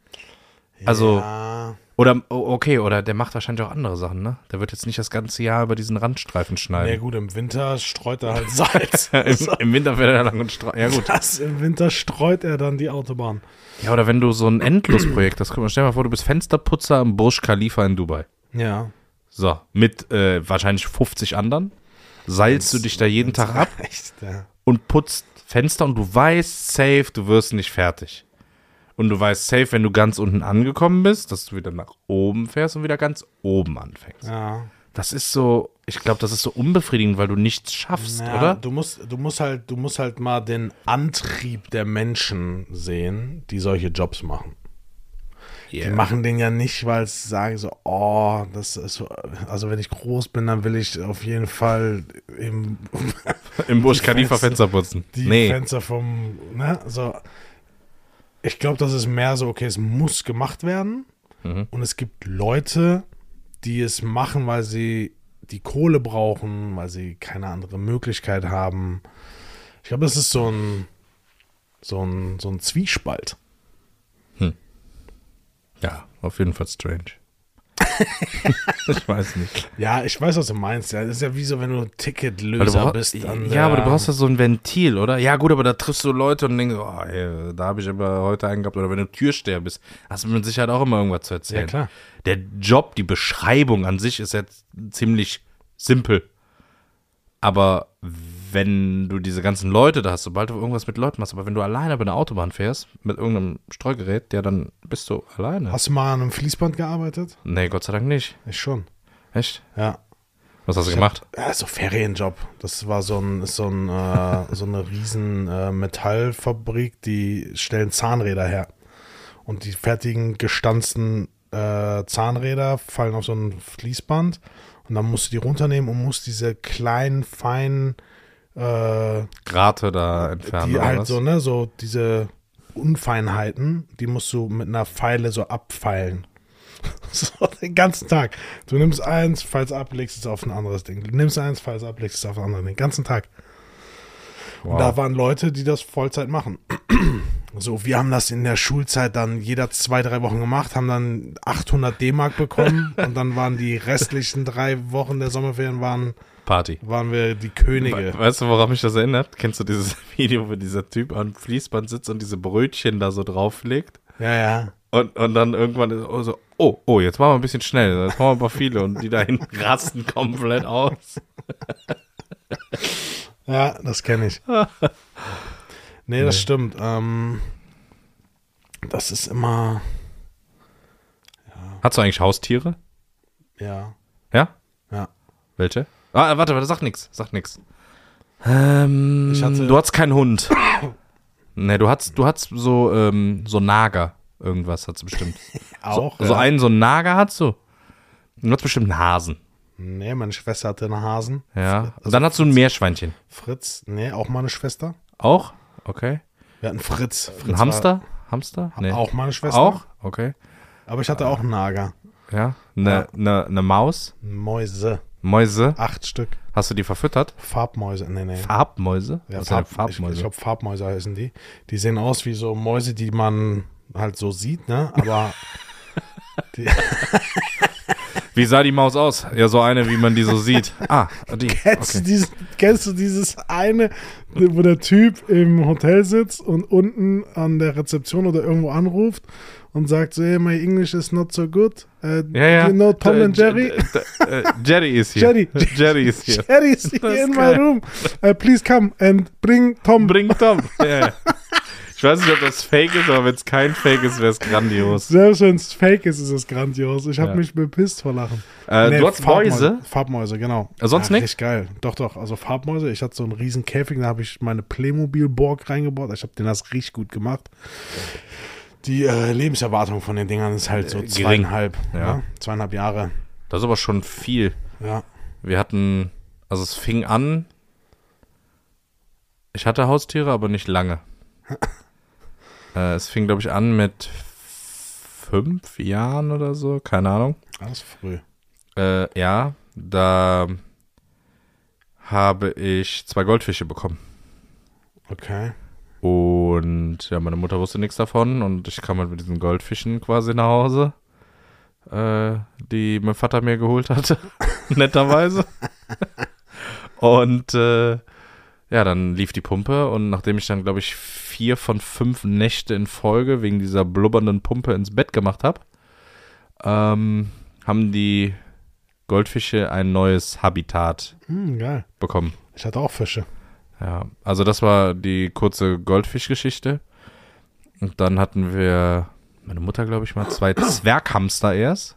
[SPEAKER 2] Also,
[SPEAKER 1] Ja.
[SPEAKER 2] oder, o- okay, oder der macht wahrscheinlich auch andere Sachen, ne? Der wird jetzt nicht das ganze Jahr über diesen Randstreifen
[SPEAKER 1] Ja
[SPEAKER 2] schneiden.
[SPEAKER 1] gut, im Winter streut er halt
[SPEAKER 2] [laughs]
[SPEAKER 1] Salz.
[SPEAKER 2] Im, Im Winter wird er lang und stra- Ja, gut.
[SPEAKER 1] Das, Im Winter streut er dann die Autobahn.
[SPEAKER 2] Ja, oder wenn du so ein Endlosprojekt hast, guck mal, stell dir mal vor, du bist Fensterputzer am Burj Khalifa in Dubai.
[SPEAKER 1] Ja.
[SPEAKER 2] So, mit äh, wahrscheinlich 50 anderen. Seilst du dich da jeden Tag ab
[SPEAKER 1] Echt, ja.
[SPEAKER 2] und putzt Fenster und du weißt safe, du wirst nicht fertig. Und du weißt safe, wenn du ganz unten angekommen bist, dass du wieder nach oben fährst und wieder ganz oben anfängst.
[SPEAKER 1] ja.
[SPEAKER 2] Das ist so, ich glaube, das ist so unbefriedigend, weil du nichts schaffst,
[SPEAKER 1] ja
[SPEAKER 2] oder?
[SPEAKER 1] Du musst, du musst halt, du musst halt mal den Antrieb der Menschen sehen, die solche Jobs machen. Die machen den ja nicht, weil sie sagen so, oh, das ist so, also wenn ich groß bin, dann will ich auf jeden Fall im,
[SPEAKER 2] [laughs] Im Burj Khalifa
[SPEAKER 1] Fenster-
[SPEAKER 2] Fenster putzen.
[SPEAKER 1] die
[SPEAKER 2] Nee,
[SPEAKER 1] Fenster vom, ne, so. Ich glaube, das ist mehr so, okay, es muss gemacht werden.
[SPEAKER 2] Mhm.
[SPEAKER 1] Und es gibt Leute, die es machen, weil sie die Kohle brauchen, weil sie keine andere Möglichkeit haben. Ich glaube, das ist so ein, so ein, so ein Zwiespalt.
[SPEAKER 2] Ja, auf jeden
[SPEAKER 1] [laughs]
[SPEAKER 2] Fall strange. [laughs] ich weiß nicht.
[SPEAKER 1] Ja, ich weiß, was du meinst. Ja, das ist ja wie so, wenn du
[SPEAKER 2] Weil du
[SPEAKER 1] Ticketlöser
[SPEAKER 2] brauch-
[SPEAKER 1] bist. an der-
[SPEAKER 2] ja, aber du brauchst ja so ein Ventil, oder? Ja, gut, aber da triffst du Leute und denkst, oh, ey, da habe ich aber heute einen gehabt. Oder wenn du Türsteher bist, hast du mit Sicherheit auch immer irgendwas zu erzählen.
[SPEAKER 1] Ja, klar.
[SPEAKER 2] Der Job, die Beschreibung an sich ist jetzt ziemlich simpel. Aber wenn du diese ganzen Leute da hast, sobald du irgendwas mit Leuten machst, aber wenn du alleine über eine Autobahn fährst, mit irgendeinem Streugerät, ja, dann bist du alleine.
[SPEAKER 1] Hast du mal an einem Fließband gearbeitet?
[SPEAKER 2] Nee, Gott sei Dank nicht.
[SPEAKER 1] Ich schon.
[SPEAKER 2] Echt?
[SPEAKER 1] Ja.
[SPEAKER 2] Was hast du gemacht?
[SPEAKER 1] Ja, so Ferienjob. Das war so ein, ist so ein, äh, [laughs] so eine riesen äh, Metallfabrik, die stellen Zahnräder her. Und die fertigen, gestanzten äh, Zahnräder fallen auf so ein Fließband. Und dann musst du die runternehmen und musst diese kleinen, feinen, äh,
[SPEAKER 2] Grate da entfernen
[SPEAKER 1] die
[SPEAKER 2] oder
[SPEAKER 1] halt
[SPEAKER 2] was?
[SPEAKER 1] so, ne, so diese Unfeinheiten, die musst du mit einer Pfeile so abfeilen. [laughs] So den ganzen Tag. Du nimmst eins, falls ab, legst es auf ein anderes Ding. Du nimmst eins, falls ab, legst es auf ein anderes Ding. Den ganzen Tag.
[SPEAKER 2] wow.
[SPEAKER 1] Und da waren Leute, die das Vollzeit machen. [clears throat] So, wir haben das in der Schulzeit dann jeder zwei, drei Wochen gemacht, haben dann 800 D-Mark
[SPEAKER 2] [laughs]
[SPEAKER 1] bekommen und dann waren die restlichen drei Wochen der Sommerferien, waren,
[SPEAKER 2] Party.
[SPEAKER 1] waren wir die Könige.
[SPEAKER 2] We weißt du, woran mich das erinnert? Kennst du dieses [laughs] Video, wo dieser Typ am Fließband sitzt und diese Brötchen da so drauflegt?
[SPEAKER 1] Ja, ja.
[SPEAKER 2] Und, und dann irgendwann ist oh, so, oh, oh, jetzt machen wir ein bisschen schnell, jetzt machen wir ein paar viele und die da hinten [laughs] rasten komplett aus.
[SPEAKER 1] Ja, das kenne
[SPEAKER 2] [laughs]
[SPEAKER 1] ich. nee, das stimmt. Ähm, das ist immer,
[SPEAKER 2] Hast du eigentlich Haustiere?
[SPEAKER 1] ja,
[SPEAKER 2] Ja?
[SPEAKER 1] ja.
[SPEAKER 2] Welche? Ah, warte, warte, sag nix, sag nix. Ähm,
[SPEAKER 1] Ich hatte-
[SPEAKER 2] du hattest keinen Hund. [coughs] ne, du hattest, du hattest so, ähm, so Nager irgendwas, hattest du bestimmt.
[SPEAKER 1] Auch.
[SPEAKER 2] so, so
[SPEAKER 1] ja.
[SPEAKER 2] einen, so einen Nager hattest du. Du hattest bestimmt einen Hasen.
[SPEAKER 1] nee, meine Schwester hatte einen Hasen.
[SPEAKER 2] Ja.
[SPEAKER 1] Also
[SPEAKER 2] Und dann hast du ein Meerschweinchen.
[SPEAKER 1] Fritz, nee, auch meine Schwester.
[SPEAKER 2] Auch? Okay.
[SPEAKER 1] Wir hatten Fritz. Fritz
[SPEAKER 2] Ein Äh, Hamster? Hamster?
[SPEAKER 1] War, Auch meine Schwester.
[SPEAKER 2] Auch? Ah. Okay.
[SPEAKER 1] Aber ich hatte auch einen Nager.
[SPEAKER 2] Ja. Eine ne, ne Maus?
[SPEAKER 1] Mäuse.
[SPEAKER 2] Mäuse?
[SPEAKER 1] Acht Stück.
[SPEAKER 2] Hast du die verfüttert?
[SPEAKER 1] Farbmäuse. Nee, nee.
[SPEAKER 2] Farbmäuse?
[SPEAKER 1] Ja,
[SPEAKER 2] Was sind denn
[SPEAKER 1] Farb- Ich, ich
[SPEAKER 2] Farbmäuse?
[SPEAKER 1] glaube, Farbmäuse heißen die. Die sehen aus wie so Mäuse, die man halt so sieht, ne?
[SPEAKER 2] [laughs]
[SPEAKER 1] Aber
[SPEAKER 2] Wie sah die Maus aus? Ja, so eine, wie man die
[SPEAKER 1] [laughs]
[SPEAKER 2] so sieht. Ah, die.
[SPEAKER 1] Kennst,
[SPEAKER 2] Okay.
[SPEAKER 1] du dieses, kennst du dieses eine, wo der Typ im Hotel sitzt und unten an der Rezeption oder irgendwo anruft und sagt so, hey, my English is not so good. Äh,
[SPEAKER 2] Ja, ja.
[SPEAKER 1] You know Tom
[SPEAKER 2] D-
[SPEAKER 1] and Jerry?
[SPEAKER 2] d- d- äh, Jerry ist hier.
[SPEAKER 1] Jerry.
[SPEAKER 2] [laughs] Jerry ist hier.
[SPEAKER 1] Jerry is
[SPEAKER 2] Das
[SPEAKER 1] here
[SPEAKER 2] ist
[SPEAKER 1] in my
[SPEAKER 2] geil.
[SPEAKER 1] room. Äh, please come and bring Tom.
[SPEAKER 2] Bring Tom. [laughs] Ja, ja. Ich weiß nicht, ob das fake ist, aber wenn es kein Fake ist, wäre
[SPEAKER 1] [laughs]
[SPEAKER 2] es grandios.
[SPEAKER 1] Selbst wenn es fake ist, ist es grandios. Ich habe
[SPEAKER 2] Ja.
[SPEAKER 1] mich bepisst vor Lachen.
[SPEAKER 2] Äh, du hast
[SPEAKER 1] Farbmäuse.
[SPEAKER 2] Mäuse?
[SPEAKER 1] Farbmäuse, genau.
[SPEAKER 2] Äh, sonst
[SPEAKER 1] ja,
[SPEAKER 2] nix?
[SPEAKER 1] Richtig geil. Doch, doch. Also Farbmäuse. Ich hatte so einen riesen Käfig, da habe ich meine Playmobil-Borg reingebaut. Ich habe den das richtig gut gemacht. Die äh, Lebenserwartung von den Dingern ist halt so
[SPEAKER 2] Äh, gering.
[SPEAKER 1] zweieinhalb.
[SPEAKER 2] Ja.
[SPEAKER 1] Ne? Zweieinhalb Jahre.
[SPEAKER 2] Das ist aber schon viel.
[SPEAKER 1] Ja.
[SPEAKER 2] Wir hatten, also es fing an, ich hatte Haustiere, aber nicht lange. äh, es fing, glaube ich, an mit fünf Jahren oder so, keine Ahnung.
[SPEAKER 1] Alles früh.
[SPEAKER 2] Äh, ja, da habe ich zwei Goldfische bekommen.
[SPEAKER 1] Okay.
[SPEAKER 2] Und ja, meine Mutter wusste nichts davon und ich kam halt mit diesen Goldfischen quasi nach Hause, äh, die mein Vater mir geholt hatte, [laughs] netterweise. und äh, ja, dann lief die Pumpe und nachdem ich dann, glaube ich, vier von fünf Nächte in Folge wegen dieser blubbernden Pumpe ins Bett gemacht habe, ähm, haben die Goldfische ein neues Habitat
[SPEAKER 1] Hm, geil.
[SPEAKER 2] bekommen.
[SPEAKER 1] Ich hatte auch Fische.
[SPEAKER 2] Ja, also das war die kurze Goldfischgeschichte. Und dann hatten wir, meine Mutter, glaube ich, mal zwei Zwerghamster erst.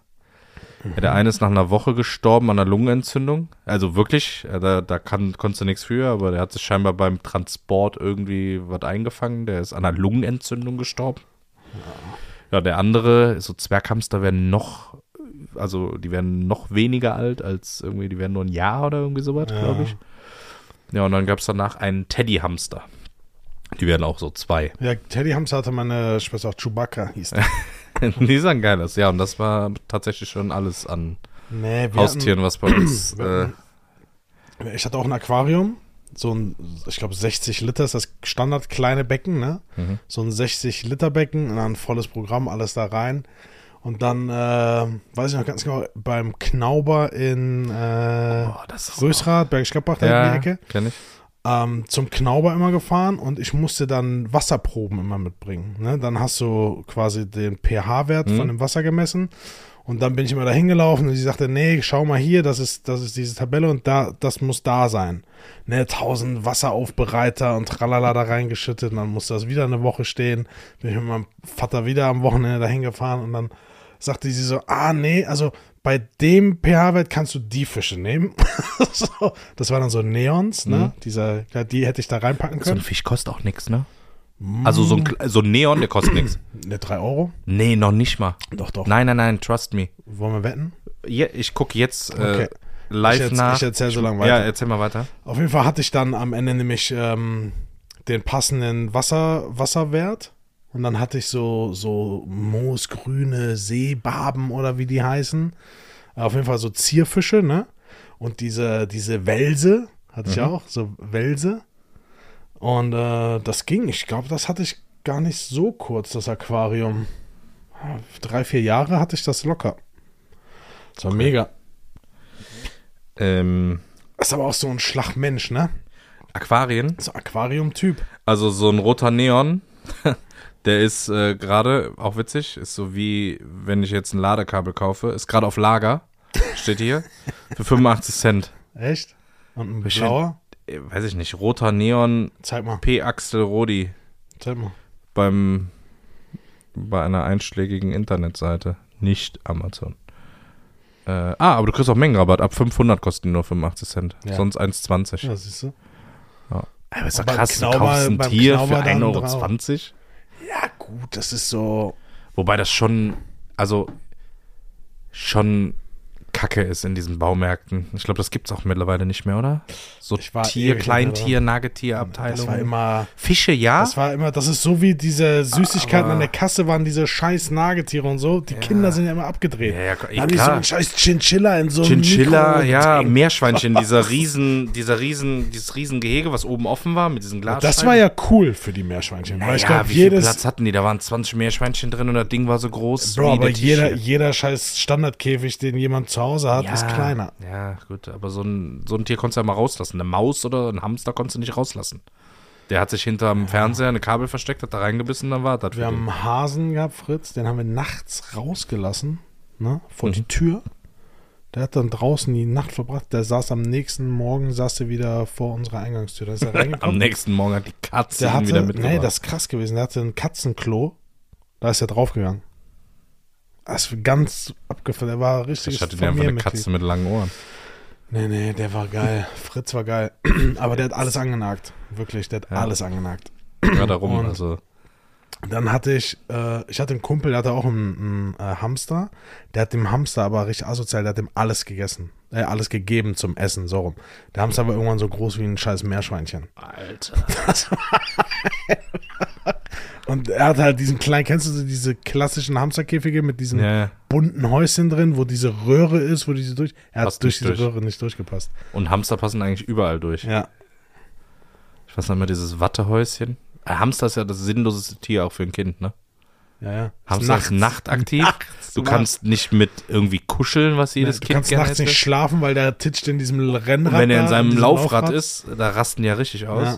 [SPEAKER 2] Ja, Der eine ist nach einer Woche gestorben an einer Lungenentzündung. Also wirklich, äh, da, da kann, konntest du nichts für, aber der hat sich scheinbar beim Transport irgendwie was eingefangen. Der ist an einer Lungenentzündung gestorben. Ja, der andere, so Zwerghamster werden noch, also die werden noch weniger alt als irgendwie, die werden nur ein Jahr oder irgendwie sowas,
[SPEAKER 1] Ja.
[SPEAKER 2] glaube ich. Ja, und dann gab es danach einen Teddyhamster. Die werden auch so zwei.
[SPEAKER 1] Ja, Teddy Hamster hatte meine Schwester auch Chewbacca hieß
[SPEAKER 2] [laughs]
[SPEAKER 1] der.
[SPEAKER 2] die sahen geil aus. Ja, und das war tatsächlich schon alles an
[SPEAKER 1] nee, wir hatten, [clears throat]
[SPEAKER 2] Haustieren, was bei uns.
[SPEAKER 1] wir
[SPEAKER 2] Äh,
[SPEAKER 1] hatten- Ich hatte auch ein Aquarium. so ein, ich glaube 60 Liter ist das Standard kleine Becken, ne?
[SPEAKER 2] Mhm.
[SPEAKER 1] So ein 60 Liter Becken und dann volles Programm, alles da rein. Und dann, äh, weiß ich noch ganz genau, beim Knauber in äh,
[SPEAKER 2] Boah, das ist
[SPEAKER 1] Rösrath, Bergisch Gladbach, da in
[SPEAKER 2] Oh. Ja,
[SPEAKER 1] die Ecke,
[SPEAKER 2] kenn ich.
[SPEAKER 1] ähm, zum Knauber immer gefahren und ich musste dann Wasserproben immer mitbringen. Ne? Dann hast du quasi den pH-Wert
[SPEAKER 2] Mhm.
[SPEAKER 1] von dem Wasser gemessen und dann bin ich immer da hingelaufen und sie sagte, nee, schau mal hier, das ist, das ist diese Tabelle und da, das muss da sein. Ne, tausend Wasseraufbereiter und tralala da reingeschüttet und dann musste das wieder eine Woche stehen. Bin ich mit meinem Vater wieder am Wochenende da hingefahren und dann sagte sie so, ah nee, also bei dem pH-Wert kannst du die Fische nehmen. [laughs] so, das waren dann so Neons,
[SPEAKER 2] Mhm.
[SPEAKER 1] ne? Dieser, ja, die hätte ich da reinpacken
[SPEAKER 2] So ein
[SPEAKER 1] können.
[SPEAKER 2] Fisch kostet auch nichts, ne?
[SPEAKER 1] Mm.
[SPEAKER 2] Also so ein, Kle- so ein Neon, der kostet nichts.
[SPEAKER 1] Ne, drei Euro?
[SPEAKER 2] [clears throat] Nee, noch nicht mal.
[SPEAKER 1] Doch, doch.
[SPEAKER 2] Nein, nein, nein, trust me.
[SPEAKER 1] Wollen wir wetten?
[SPEAKER 2] Je, ich gucke jetzt äh,
[SPEAKER 1] Okay.
[SPEAKER 2] live
[SPEAKER 1] ich erz-
[SPEAKER 2] nach.
[SPEAKER 1] ich erzähl so lange
[SPEAKER 2] ja,
[SPEAKER 1] weiter.
[SPEAKER 2] erzähl mal weiter.
[SPEAKER 1] Auf jeden Fall hatte ich dann am Ende nämlich ähm, den passenden Wasser, Wasserwert. Und dann hatte ich so, so moosgrüne Seebarben oder wie die heißen. Auf jeden Fall so Zierfische, ne? Und diese, diese Welse hatte ich auch, so Welse. Und äh, das ging. Ich glaube, das hatte ich gar nicht so kurz, das Aquarium. Drei, vier Jahre hatte ich das locker. Das war mega.
[SPEAKER 2] Ähm,
[SPEAKER 1] Das ist aber auch so ein Schlagmensch, ne?
[SPEAKER 2] Aquarien,
[SPEAKER 1] So Aquarium-Typ.
[SPEAKER 2] also so ein roter Neon, [laughs] der ist äh, gerade, auch witzig, ist so wie, wenn ich jetzt ein Ladekabel kaufe, ist gerade auf Lager, steht hier, für 85 Cent.
[SPEAKER 1] Echt? Und ein
[SPEAKER 2] Bestimmt.
[SPEAKER 1] blauer?
[SPEAKER 2] Äh, Weiß ich nicht, roter Neon
[SPEAKER 1] Zeig mal,
[SPEAKER 2] P. Axel Rodi
[SPEAKER 1] zeig mal.
[SPEAKER 2] beim, bei einer einschlägigen Internetseite, nicht Amazon. Äh, ah, aber du kriegst auch Mengenrabatt. Ab 500 kosten die nur 85 Cent.
[SPEAKER 1] Ja.
[SPEAKER 2] Sonst 1,20.
[SPEAKER 1] Ja, genau siehst du?
[SPEAKER 2] Aber ist
[SPEAKER 1] doch krass, du kaufst ein
[SPEAKER 2] ein
[SPEAKER 1] Tier
[SPEAKER 2] Tier
[SPEAKER 1] für
[SPEAKER 2] für 1,20 Euro.
[SPEAKER 1] 1,20? Ja, gut, das ist so.
[SPEAKER 2] Wobei das schon, also schon Kacke ist in diesen Baumärkten. Ich glaube, das gibt's auch mittlerweile nicht mehr, oder? So
[SPEAKER 1] Ich war
[SPEAKER 2] Tier,
[SPEAKER 1] ewig Das
[SPEAKER 2] Kleintier,
[SPEAKER 1] war
[SPEAKER 2] Nagetierabteilung.
[SPEAKER 1] immer.
[SPEAKER 2] Fische, ja.
[SPEAKER 1] Das war immer, das ist so wie diese Süßigkeiten
[SPEAKER 2] Aber-
[SPEAKER 1] an der Kasse waren, diese scheiß Nagetiere und so. Die Kinder sind ja immer abgedreht.
[SPEAKER 2] Ja, ja, klar.
[SPEAKER 1] da haben die so einen scheiß Chinchilla in so einem
[SPEAKER 2] Chinchilla,
[SPEAKER 1] Mikro-
[SPEAKER 2] ja, Meerschweinchen, dieser riesen, dieser riesen, dieses riesen Gehege, was oben offen war mit diesen Glas.
[SPEAKER 1] Das war ja cool für die Meerschweinchen. weil
[SPEAKER 2] Ja,
[SPEAKER 1] ich glaube,
[SPEAKER 2] wie viel
[SPEAKER 1] jedes.
[SPEAKER 2] Platz hatten die? Da waren 20 Meerschweinchen drin und das Ding war so groß.
[SPEAKER 1] Bro,
[SPEAKER 2] wie
[SPEAKER 1] aber
[SPEAKER 2] der Tischchen.
[SPEAKER 1] jeder, jeder scheiß Standardkäfig, den jemand zu Hause hat, ist kleiner.
[SPEAKER 2] Ja, gut, aber so ein, so ein Tier konntest du ja mal rauslassen. Eine Maus oder ein Hamster konntest du nicht rauslassen. Der hat sich hinterm Fernseher eine Kabel versteckt, hat da reingebissen, dann war das.
[SPEAKER 1] Wir haben einen Hasen gehabt, Fritz, den haben wir nachts rausgelassen, ne, vor
[SPEAKER 2] Mhm.
[SPEAKER 1] die Tür. Der hat dann draußen die Nacht verbracht. Der saß am nächsten Morgen, saß er wieder vor unserer Eingangstür. Da ist
[SPEAKER 2] [laughs]
[SPEAKER 1] er
[SPEAKER 2] Am
[SPEAKER 1] reingekommen.
[SPEAKER 2] nächsten Morgen hat die Katze
[SPEAKER 1] der
[SPEAKER 2] ihn wieder
[SPEAKER 1] hatte,
[SPEAKER 2] mitgebracht.
[SPEAKER 1] nee, das ist krass gewesen. Der hatte ein Katzenklo. Da ist er draufgegangen. Das ist ganz abgefallen. Der war richtig.
[SPEAKER 2] ich hatte den einfach eine Katze mit langen Ohren.
[SPEAKER 1] Nee, nee, der war geil. Fritz war geil. [clears throat] Aber der hat alles angenagt. Wirklich, der hat
[SPEAKER 2] Ja.
[SPEAKER 1] alles angenagt.
[SPEAKER 2] Gerade rum,
[SPEAKER 1] Und-
[SPEAKER 2] also.
[SPEAKER 1] Dann hatte ich, äh, ich hatte einen Kumpel, der hatte auch einen, einen äh, Hamster. Der hat dem Hamster aber richtig asozial, der hat dem alles gegessen. Äh, alles gegeben zum Essen, so rum. Der Hamster war irgendwann so groß wie ein scheiß Meerschweinchen.
[SPEAKER 2] Alter.
[SPEAKER 1] Und er hat halt diesen kleinen, kennst du so diese klassischen Hamsterkäfige mit diesen
[SPEAKER 2] Ja,
[SPEAKER 1] bunten Häuschen drin, wo diese Röhre ist, wo diese durch. Er hat
[SPEAKER 2] Passt
[SPEAKER 1] durch
[SPEAKER 2] nicht
[SPEAKER 1] diese
[SPEAKER 2] durch.
[SPEAKER 1] Röhre nicht durchgepasst.
[SPEAKER 2] und Hamster passen eigentlich überall durch.
[SPEAKER 1] Ja.
[SPEAKER 2] Ich weiß noch immer, dieses Wattehäuschen. Ein Hamster ist ja das sinnloseste Tier auch für ein Kind, ne?
[SPEAKER 1] Ja, ja.
[SPEAKER 2] Hamster
[SPEAKER 1] Nachts.
[SPEAKER 2] ist nachtaktiv.
[SPEAKER 1] Nachts,
[SPEAKER 2] du
[SPEAKER 1] nachts.
[SPEAKER 2] kannst nicht mit irgendwie kuscheln, was jedes
[SPEAKER 1] du
[SPEAKER 2] Kind
[SPEAKER 1] kannst
[SPEAKER 2] gerne
[SPEAKER 1] nachts
[SPEAKER 2] hätte.
[SPEAKER 1] nicht schlafen, weil der titscht in diesem Rennrad.
[SPEAKER 2] Und wenn er in
[SPEAKER 1] da,
[SPEAKER 2] seinem
[SPEAKER 1] diesem
[SPEAKER 2] Laufrad, ist, da rasten die ja richtig aus.
[SPEAKER 1] Ja.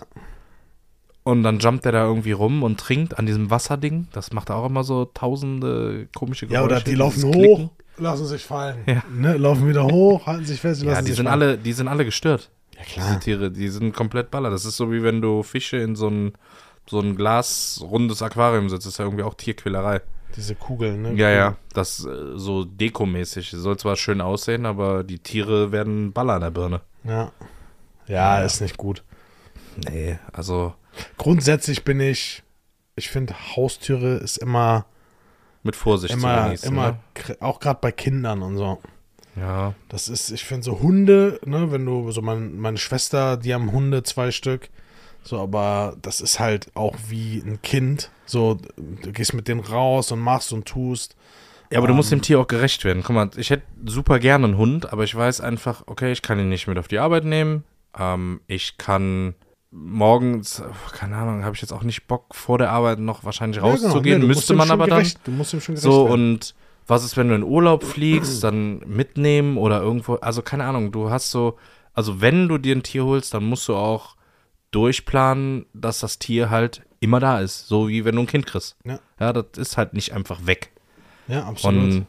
[SPEAKER 2] Und dann jumpt er da irgendwie rum und trinkt an diesem Wasserding. Das macht er auch immer so tausende komische
[SPEAKER 1] Ja,
[SPEAKER 2] Geräusche.
[SPEAKER 1] oder die laufen
[SPEAKER 2] dieses
[SPEAKER 1] hoch,
[SPEAKER 2] Klicken.
[SPEAKER 1] lassen sich fallen.
[SPEAKER 2] Ja.
[SPEAKER 1] Ne, laufen wieder hoch, halten sich fest, lassen
[SPEAKER 2] Ja, die
[SPEAKER 1] sich
[SPEAKER 2] sind,
[SPEAKER 1] fallen.
[SPEAKER 2] alle, die sind alle gestört.
[SPEAKER 1] Ja,
[SPEAKER 2] Diese
[SPEAKER 1] klar.
[SPEAKER 2] Tiere, die sind komplett baller. Das ist so, wie wenn du Fische in so ein, so ein glasrundes Aquarium setzt. Das ist ja irgendwie auch Tierquälerei.
[SPEAKER 1] Diese Kugeln, ne?
[SPEAKER 2] Ja, ja, das äh, so dekomäßig. Soll zwar schön aussehen, aber die Tiere werden Baller an der Birne.
[SPEAKER 1] Ja. Ja, ist nicht gut.
[SPEAKER 2] Nee, also
[SPEAKER 1] Grundsätzlich bin ich, ich finde, Haustiere ist immer,
[SPEAKER 2] mit Vorsicht zu
[SPEAKER 1] immer,
[SPEAKER 2] genießen.
[SPEAKER 1] immer, kr- auch gerade bei Kindern und so.
[SPEAKER 2] Ne? Ja,
[SPEAKER 1] Das ist, ich finde so Hunde, ne, wenn du, so mein, meine Schwester, die haben Hunde, zwei Stück. So, aber das ist halt auch wie ein Kind. So, du gehst mit denen raus und machst und tust.
[SPEAKER 2] Ja, aber du musst dem Tier auch gerecht werden. Guck mal, ich hätte super gerne einen Hund, aber ich weiß einfach, okay, ich kann ihn nicht mit auf die Arbeit nehmen. Ähm, ich kann morgens, äh, keine Ahnung, habe ich jetzt auch nicht Bock, vor der Arbeit noch wahrscheinlich rauszugehen.
[SPEAKER 1] genau, du musst
[SPEAKER 2] Müsste
[SPEAKER 1] ihm
[SPEAKER 2] man
[SPEAKER 1] schon
[SPEAKER 2] aber dann.
[SPEAKER 1] gerecht, Du musst ihm schon gerecht
[SPEAKER 2] So,
[SPEAKER 1] werden.
[SPEAKER 2] und was ist, wenn du in Urlaub fliegst, dann mitnehmen oder irgendwo, also keine Ahnung, du hast so, also wenn du dir ein Tier holst, dann musst du auch durchplanen, dass das Tier halt immer da ist, so wie wenn du ein Kind kriegst.
[SPEAKER 1] Ja.
[SPEAKER 2] ja das ist halt nicht einfach weg.
[SPEAKER 1] Ja, absolut.
[SPEAKER 2] Und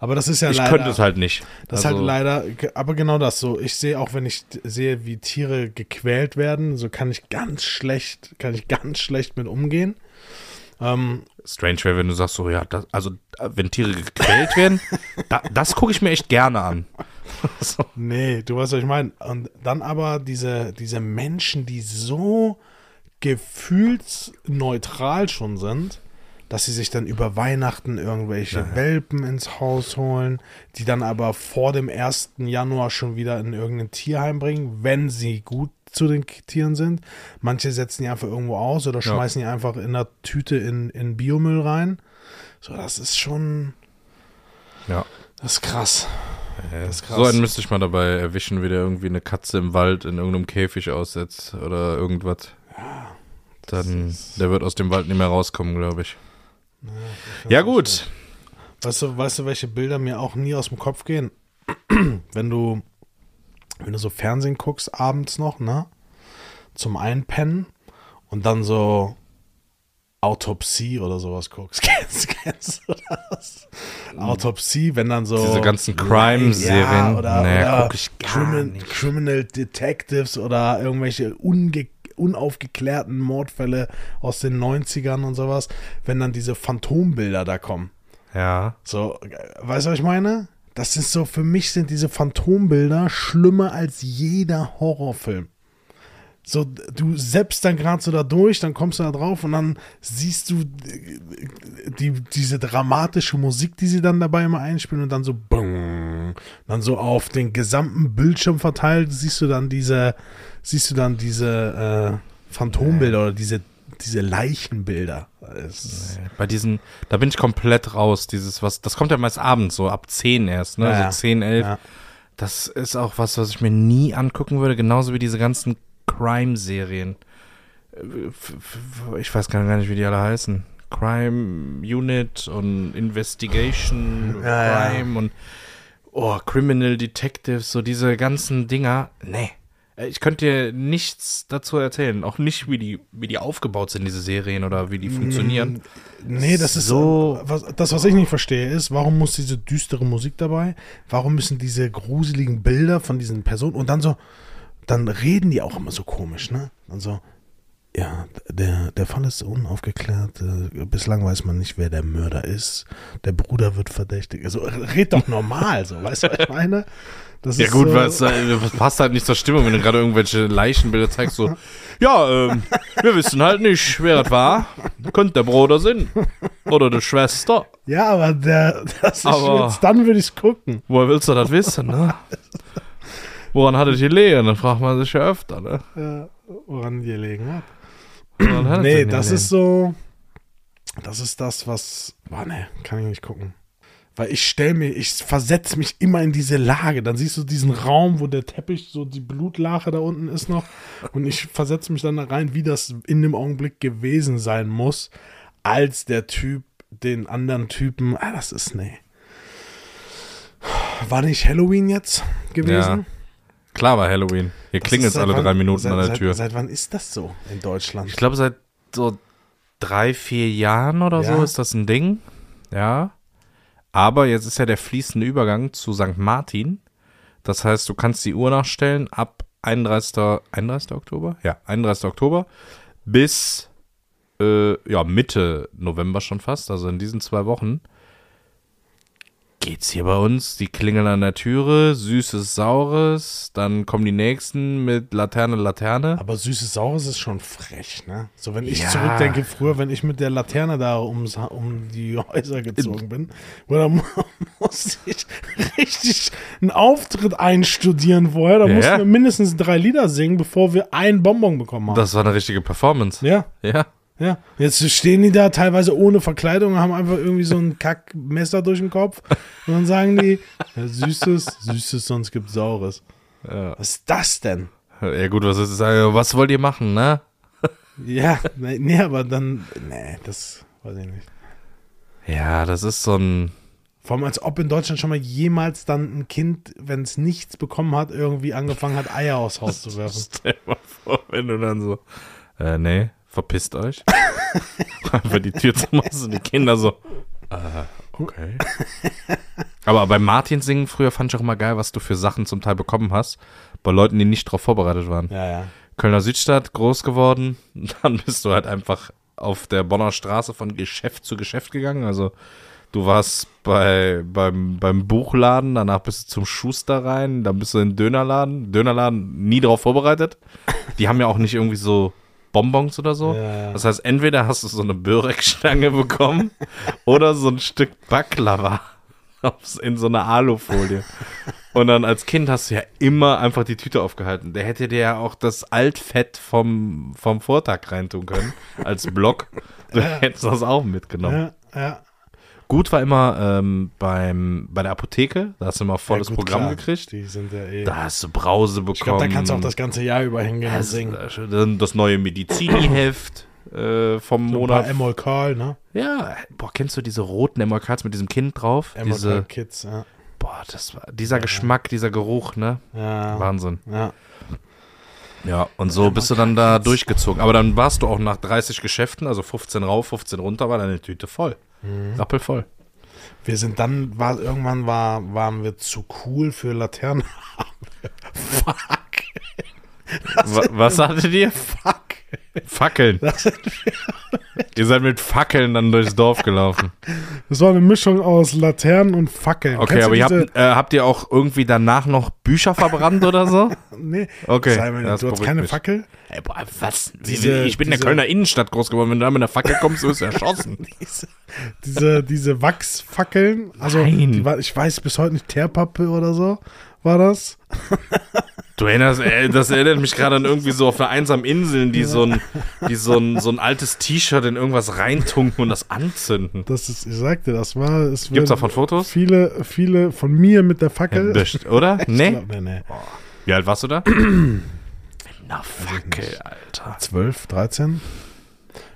[SPEAKER 1] aber das ist ja
[SPEAKER 2] ich
[SPEAKER 1] leider.
[SPEAKER 2] könnte es halt nicht.
[SPEAKER 1] Das ist
[SPEAKER 2] also,
[SPEAKER 1] halt leider, ge- aber genau das so. Ich sehe auch, wenn ich t- sehe, wie Tiere gequält werden, so kann ich ganz schlecht, kann ich ganz schlecht mit umgehen. Ähm,
[SPEAKER 2] Strange wäre, wenn du sagst, so, ja, das, also, äh, wenn Tiere gequält werden, da, das gucke ich mir echt gerne an. [laughs] so.
[SPEAKER 1] nee, du weißt, was ich meine. Und dann aber diese, diese Menschen, die so gefühlsneutral schon sind, dass sie sich dann über Weihnachten irgendwelche Welpen ins Haus holen, die dann aber vor dem 1. Januar schon wieder in irgendein Tierheim bringen, wenn sie gut zu den K- Tieren sind. Manche setzen die einfach irgendwo aus oder schmeißen die einfach in einer Tüte in, in Biomüll rein. So, das ist schon,
[SPEAKER 2] Ja.
[SPEAKER 1] das ist krass. Das ist krass.
[SPEAKER 2] So einen müsste ich mal dabei erwischen, wie der irgendwie eine Katze im Wald in irgendeinem Käfig aussetzt oder irgendwas. Dann, der wird aus dem Wald nicht mehr rauskommen, glaube ich. Ja, gut.
[SPEAKER 1] Weißt du, weißt du, welche Bilder mir auch nie aus dem Kopf gehen? [clears throat] wenn du, wenn du so Fernsehen guckst, abends noch, ne? Zum Einpennen und dann so Autopsie oder sowas guckst. [laughs] Kennst, kennst du das? Autopsie, wenn dann so.
[SPEAKER 2] Mhm. Diese ganzen Crime-Serien.
[SPEAKER 1] Ja, oder,
[SPEAKER 2] Naja,
[SPEAKER 1] oder
[SPEAKER 2] guck ich gar
[SPEAKER 1] Crimin
[SPEAKER 2] nicht.
[SPEAKER 1] Criminal Detectives oder irgendwelche unge unaufgeklärten Mordfälle aus den 90ern und sowas, wenn dann diese Phantombilder da kommen.
[SPEAKER 2] Ja.
[SPEAKER 1] So, äh, weißt du, was ich meine? Das ist so, für mich sind diese Phantombilder schlimmer als jeder Horrorfilm. So, d- du selbst dann gerade so da durch, dann kommst du da drauf und dann siehst du äh, die, diese dramatische Musik, die sie dann dabei immer einspielen und dann so bung, dann so auf den gesamten Bildschirm verteilt, siehst du dann diese, siehst du dann diese äh, Phantombilder oder diese, diese Leichenbilder. Es ist,
[SPEAKER 2] Bei diesen, da bin ich komplett raus. Dieses, was, das kommt ja meist abends, so ab 10 erst, ne?
[SPEAKER 1] Ja, ja.
[SPEAKER 2] so 10, 11.
[SPEAKER 1] Ja.
[SPEAKER 2] Das ist auch was, was ich mir nie angucken würde, genauso wie diese ganzen Crime-Serien. Äh, f- f- Ich weiß gar nicht, wie die alle heißen. Crime Unit und Investigation
[SPEAKER 1] Ja, ja.
[SPEAKER 2] Crime und oh, Criminal Detectives, so diese ganzen Dinger. Nee. Äh, Ich könnte dir nichts dazu erzählen. Auch nicht, wie die, wie die aufgebaut sind, diese Serien oder
[SPEAKER 1] Mhm.
[SPEAKER 2] wie die funktionieren.
[SPEAKER 1] Nee, das ist
[SPEAKER 2] So-
[SPEAKER 1] so. Was, das, was ich nicht verstehe, ist, warum muss diese düstere Musik dabei? Warum müssen diese gruseligen Bilder von diesen Personen und dann so, dann reden die auch immer so komisch, ne? Dann so, ja, der, der Fall ist unaufgeklärt. äh, Bislang weiß man nicht, wer der Mörder ist. Der Bruder wird verdächtig. Also, red doch normal, so, weißt du, was ich meine? Das
[SPEAKER 2] Ja gut,
[SPEAKER 1] so,
[SPEAKER 2] was, äh, das passt halt nicht zur Stimmung, wenn du gerade irgendwelche Leichenbilder zeigst, so, ja, ähm, wir wissen halt nicht, wer das war. Könnte der Bruder sein. Oder die Schwester.
[SPEAKER 1] Ja, aber der, das ist
[SPEAKER 2] Aber-
[SPEAKER 1] jetzt, dann würde ich es gucken.
[SPEAKER 2] Woher willst du das wissen, ne? Woran hat es gelegen? Dann fragt man sich ja öfter, ne?
[SPEAKER 1] Ja, Äh, woran die gelegen hat.
[SPEAKER 2] Woran hat es
[SPEAKER 1] Nee,
[SPEAKER 2] denn
[SPEAKER 1] das
[SPEAKER 2] gelegen?
[SPEAKER 1] ist so. Das ist das, was. Boah, nee, kann ich nicht gucken. Weil ich stelle mir, ich versetze mich immer in diese Lage. Dann siehst du diesen Raum, wo der Teppich, so die Blutlache da unten ist noch. Und ich versetze mich dann da rein, wie das in dem Augenblick gewesen sein muss, als der Typ den anderen Typen. Ah, das ist, nee. War nicht Halloween jetzt gewesen?
[SPEAKER 2] Klar war Halloween. Hier
[SPEAKER 1] Das
[SPEAKER 2] klingelt
[SPEAKER 1] ist seit
[SPEAKER 2] alle
[SPEAKER 1] wann-
[SPEAKER 2] drei Minuten
[SPEAKER 1] seit,
[SPEAKER 2] an der
[SPEAKER 1] seit,
[SPEAKER 2] Tür.
[SPEAKER 1] Seit wann ist das so in Deutschland?
[SPEAKER 2] Ich glaube, seit so drei, vier Jahren oder so
[SPEAKER 1] Ja.
[SPEAKER 2] ist das ein Ding. Ja. Aber jetzt ist ja der fließende Übergang zu St. Martin. Das heißt, du kannst die Uhr nachstellen ab 31. 31. Oktober? Ja, 31. Oktober bis äh, ja, Mitte November schon fast, also in diesen zwei Wochen. Geht's hier bei uns? Die klingeln an der Türe, süßes, saures, dann kommen die nächsten mit Laterne, Laterne.
[SPEAKER 1] Aber süßes Saures ist schon frech, ne? So, wenn ich
[SPEAKER 2] Ja.
[SPEAKER 1] zurückdenke, früher, wenn ich mit der Laterne da ums, Ha- um die [laughs] Häuser gezogen
[SPEAKER 2] Äh,
[SPEAKER 1] bin, oder mu- [laughs] musste ich richtig einen Auftritt einstudieren vorher. Da
[SPEAKER 2] Ja.
[SPEAKER 1] mussten wir mindestens drei Lieder singen, bevor wir einen Bonbon bekommen haben.
[SPEAKER 2] Das war eine richtige Performance.
[SPEAKER 1] ja,
[SPEAKER 2] Ja.
[SPEAKER 1] ja. Jetzt stehen die da teilweise ohne Verkleidung, haben einfach irgendwie so ein Kackmesser durch den Kopf und dann sagen die, ja, süßes, süßes, sonst gibt's Saures. Was ist das denn?
[SPEAKER 2] Ja. Ja gut, was ist das? Was wollt ihr machen, ne?
[SPEAKER 1] Ja, nee, nee, aber dann, nee, das weiß ich nicht.
[SPEAKER 2] Ja, das ist so ein.
[SPEAKER 1] Vor allem, als ob in Deutschland schon mal jemals dann ein Kind, wenn es nichts bekommen hat, irgendwie angefangen hat, Eier aufs Haus zu werfen.
[SPEAKER 2] [laughs] Stell dir mal vor, wenn du dann so. Äh, nee, verpisst [laughs] euch. Einfach die Tür zumachst und die Kinder so. Äh, okay. [laughs] Aber bei Martins Singen früher fand ich auch immer geil, was du für Sachen zum Teil bekommen hast. Bei Leuten, die nicht drauf vorbereitet waren.
[SPEAKER 1] Ja, ja.
[SPEAKER 2] Kölner Südstadt, groß geworden. [laughs] Dann bist du halt einfach auf der Bonner Straße von Geschäft zu Geschäft gegangen. Also du warst bei, beim, beim Buchladen, danach bist du zum Schuster rein, dann bist du in den Dönerladen. Dönerladen nie darauf vorbereitet. Die haben ja auch nicht irgendwie so Bonbons oder so.
[SPEAKER 1] Ja, ja.
[SPEAKER 2] Das heißt, entweder hast du so eine Börek-Stange bekommen [laughs] oder so ein Stück Baklava [laughs] aufs- in so einer Alufolie. Und dann als Kind hast du ja immer einfach die Tüte aufgehalten. Der hätte dir ja auch das Altfett vom, vom Vortag reintun können, als Block.
[SPEAKER 1] [laughs]
[SPEAKER 2] Du hättest das auch mitgenommen.
[SPEAKER 1] Ja, ja.
[SPEAKER 2] Gut war immer ähm, beim, bei der Apotheke, da hast du immer volles
[SPEAKER 1] Ja, gut,
[SPEAKER 2] Programm
[SPEAKER 1] klar.
[SPEAKER 2] gekriegt.
[SPEAKER 1] Die sind ja eh.
[SPEAKER 2] Da Also, hast du Brause bekommen.
[SPEAKER 1] ich glaube, da kannst du auch das ganze Jahr über hingehen und singen.
[SPEAKER 2] das, dann das neue Mediziniheft äh, vom
[SPEAKER 1] Oder
[SPEAKER 2] Monat.
[SPEAKER 1] Emol Karl, ne?
[SPEAKER 2] Ja, boah, kennst du diese roten Emmerkals mit diesem Kind drauf?
[SPEAKER 1] Emol Karl
[SPEAKER 2] Diese,
[SPEAKER 1] Kids, ja.
[SPEAKER 2] boah, das war, dieser Geschmack, dieser Geruch, ne?
[SPEAKER 1] Ja.
[SPEAKER 2] Wahnsinn.
[SPEAKER 1] ja.
[SPEAKER 2] Ja, und so bist du dann da durchgezogen. Aber dann warst du auch nach 30 Geschäften, also 15 rauf, 15 runter, war deine Tüte voll.
[SPEAKER 1] Mhm.
[SPEAKER 2] Rappelvoll.
[SPEAKER 1] Wir sind dann, war, irgendwann war, waren wir zu cool für Laternen. [laughs] Fuck,
[SPEAKER 2] Wa was hattet ihr?
[SPEAKER 1] fuck.
[SPEAKER 2] Fackeln. ihr seid mit Fackeln dann durchs
[SPEAKER 1] [laughs]
[SPEAKER 2] Dorf gelaufen.
[SPEAKER 1] Das war eine Mischung aus Laternen und Fackeln.
[SPEAKER 2] Okay,
[SPEAKER 1] Kennst du
[SPEAKER 2] aber ihr
[SPEAKER 1] diese-
[SPEAKER 2] habt, äh, habt ihr auch irgendwie danach noch Bücher verbrannt oder so?
[SPEAKER 1] Nee,
[SPEAKER 2] Okay,
[SPEAKER 1] sei mal,
[SPEAKER 2] das
[SPEAKER 1] du hast
[SPEAKER 2] beruhigt
[SPEAKER 1] keine
[SPEAKER 2] mich.
[SPEAKER 1] Fackel?
[SPEAKER 2] Ey, boah, was? Wie-
[SPEAKER 1] Diese-
[SPEAKER 2] wie- ich bin in der
[SPEAKER 1] diese-
[SPEAKER 2] Kölner Innenstadt groß geworden. Wenn du da mit einer Fackel
[SPEAKER 1] [laughs]
[SPEAKER 2] kommst, wirst du erschossen. [laughs]
[SPEAKER 1] Diese, diese Wachsfackeln. Also,
[SPEAKER 2] Nein.
[SPEAKER 1] die war, ich weiß bis heute nicht, Teerpappe oder so war das.
[SPEAKER 2] Du erinnerst, ey, das erinnert mich gerade an irgendwie so auf einer einsamen Insel, die so ein, die so ein, so ein altes T-Shirt in irgendwas reintunken und das anzünden.
[SPEAKER 1] Das ist, ich sagte, das war. Es
[SPEAKER 2] Gibt's
[SPEAKER 1] werden
[SPEAKER 2] davon Fotos?
[SPEAKER 1] Viele, viele von mir mit der Fackel.
[SPEAKER 2] Best,
[SPEAKER 1] [laughs]
[SPEAKER 2] oder?
[SPEAKER 1] Ich
[SPEAKER 2] Nee?
[SPEAKER 1] glaub, nee, nee.
[SPEAKER 2] Wie alt warst du
[SPEAKER 1] [clears throat]
[SPEAKER 2] da? Na, Fackel, Alter.
[SPEAKER 1] 12, 13?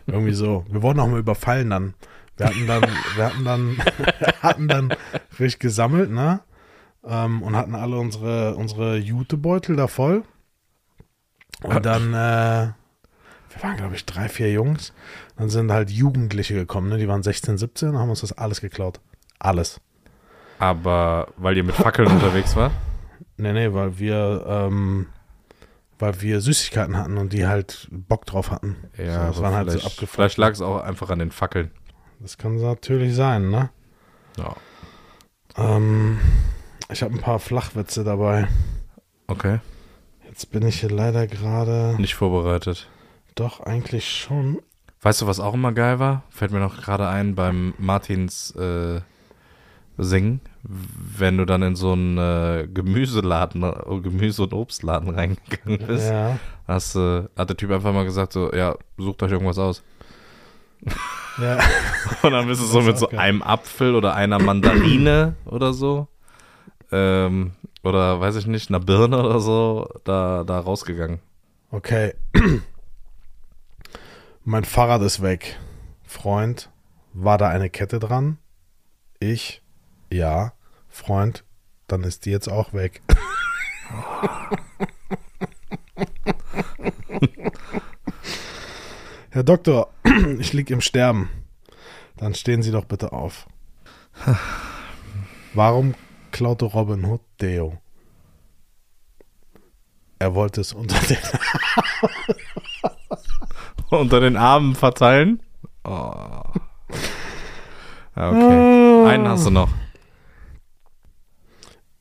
[SPEAKER 1] Irgendwie so. Wir wurden auch mal überfallen dann. Wir hatten dann, wir hatten dann, [laughs] wir hatten dann richtig gesammelt, ne? Ähm, und hatten alle unsere, unsere Jutebeutel da voll. Und dann, äh, wir waren, glaube ich, drei, vier Jungs. Dann sind halt Jugendliche gekommen, ne? Die waren 16, 17 und haben uns das alles geklaut. Alles.
[SPEAKER 2] Aber weil ihr mit Fackeln unterwegs war?
[SPEAKER 1] Nee, nee, weil wir, ähm, weil wir Süßigkeiten hatten und die halt Bock drauf hatten.
[SPEAKER 2] Ja,
[SPEAKER 1] das
[SPEAKER 2] aber
[SPEAKER 1] waren halt so
[SPEAKER 2] vielleicht,
[SPEAKER 1] abgefuckt.
[SPEAKER 2] vielleicht lag es auch einfach an den Fackeln.
[SPEAKER 1] Das kann natürlich sein, ne?
[SPEAKER 2] Ja.
[SPEAKER 1] Ähm, ich habe ein paar Flachwitze dabei.
[SPEAKER 2] Okay.
[SPEAKER 1] Jetzt bin ich hier leider gerade.
[SPEAKER 2] Nicht vorbereitet.
[SPEAKER 1] Doch, eigentlich schon.
[SPEAKER 2] Weißt du, was auch immer geil war? Fällt mir noch gerade ein beim Martins äh, Singen, wenn du dann in so einen äh, Gemüseladen, äh, Gemüse- und Obstladen reingegangen bist,
[SPEAKER 1] Ja.
[SPEAKER 2] hast, äh, hat der Typ einfach mal gesagt, so, ja, sucht euch irgendwas aus.
[SPEAKER 1] ja.
[SPEAKER 2] [laughs] Und dann bist du so
[SPEAKER 1] ist
[SPEAKER 2] mit
[SPEAKER 1] auch
[SPEAKER 2] so
[SPEAKER 1] geil.
[SPEAKER 2] einem Apfel oder einer Mandarine oder so. Ähm, oder weiß ich nicht, einer Birne oder so, da, da rausgegangen. [laughs]
[SPEAKER 1] Okay. [clears throat] Mein Fahrrad ist weg. Freund, war da eine Kette dran? Ich, ja. Freund, dann ist die jetzt auch weg. [laughs] Herr Doktor, [clears throat] ich lieg im Sterben. Dann stehen Sie doch bitte auf. Warum klaute Robin Hood Deo? Er wollte es unter den
[SPEAKER 2] unter den Armen verteilen. Oh. Ja,
[SPEAKER 1] Ah.
[SPEAKER 2] Okay. Einen hast du noch.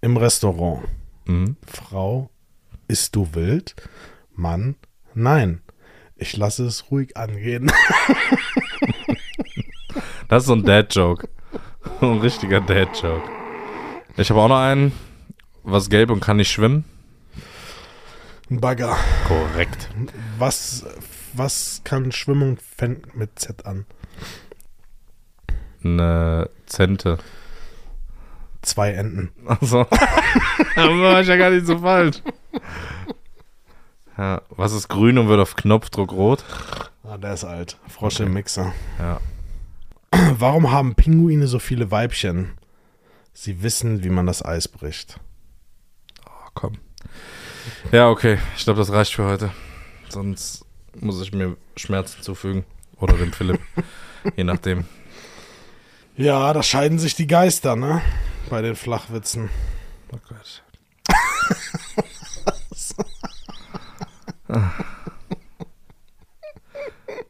[SPEAKER 1] Im Restaurant.
[SPEAKER 2] Mhm.
[SPEAKER 1] Frau, isst du wild? Mann, nein. Ich lasse es ruhig angehen. [laughs]
[SPEAKER 2] Das ist so ein Dad-Joke. [laughs] Ein richtiger Dad-Joke. Ich habe auch noch einen. Was gelb und kann nicht schwimmen?
[SPEAKER 1] Ein Bagger.
[SPEAKER 2] Korrekt.
[SPEAKER 1] Was, was kann Schwimmung fängt mit Z an?
[SPEAKER 2] Eine Zente. [laughs]
[SPEAKER 1] Zwei Enten.
[SPEAKER 2] Also. Aber war ich ja gar nicht so falsch. Ja. Was ist grün und wird auf Knopfdruck rot?
[SPEAKER 1] Ah, der ist alt. Frosch im Mixer. [clears throat]
[SPEAKER 2] Ja.
[SPEAKER 1] Warum haben Pinguine so viele Weibchen? Sie wissen, wie man das Eis bricht.
[SPEAKER 2] Oh, komm. Ja, okay. Ich glaube, das reicht für heute. Sonst muss ich mir Schmerzen zufügen. Oder dem Philipp. Je nachdem.
[SPEAKER 1] Ja, da scheiden sich die Geister, ne? Bei den Flachwitzen.
[SPEAKER 2] Oh Gott.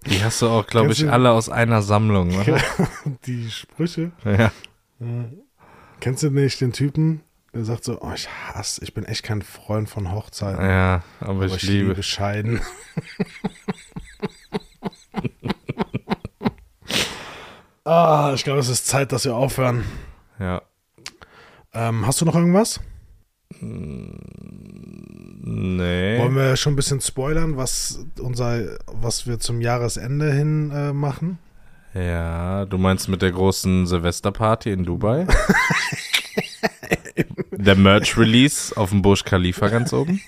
[SPEAKER 2] Die hast du auch, glaube
[SPEAKER 1] Kennst
[SPEAKER 2] ich,
[SPEAKER 1] du-
[SPEAKER 2] alle aus einer Sammlung, oder?
[SPEAKER 1] [laughs] Die Sprüche.
[SPEAKER 2] Ja.
[SPEAKER 1] Kennst du nicht den Typen, der sagt so, oh, ich hasse, ich bin echt kein Freund von Hochzeiten.
[SPEAKER 2] Ja, aber
[SPEAKER 1] aber
[SPEAKER 2] ich liebe. [laughs]
[SPEAKER 1] Scheiden. ah, ich glaube, es ist Zeit, dass wir aufhören.
[SPEAKER 2] Ja.
[SPEAKER 1] Ähm, hast du noch irgendwas? Wollen
[SPEAKER 2] Nee.
[SPEAKER 1] wir schon ein bisschen spoilern, was unser, was wir zum Jahresende hin äh, machen?
[SPEAKER 2] Ja, du meinst mit der großen Silvesterparty in [laughs] Dubai? der Merch-Release auf dem Burj Khalifa ganz oben?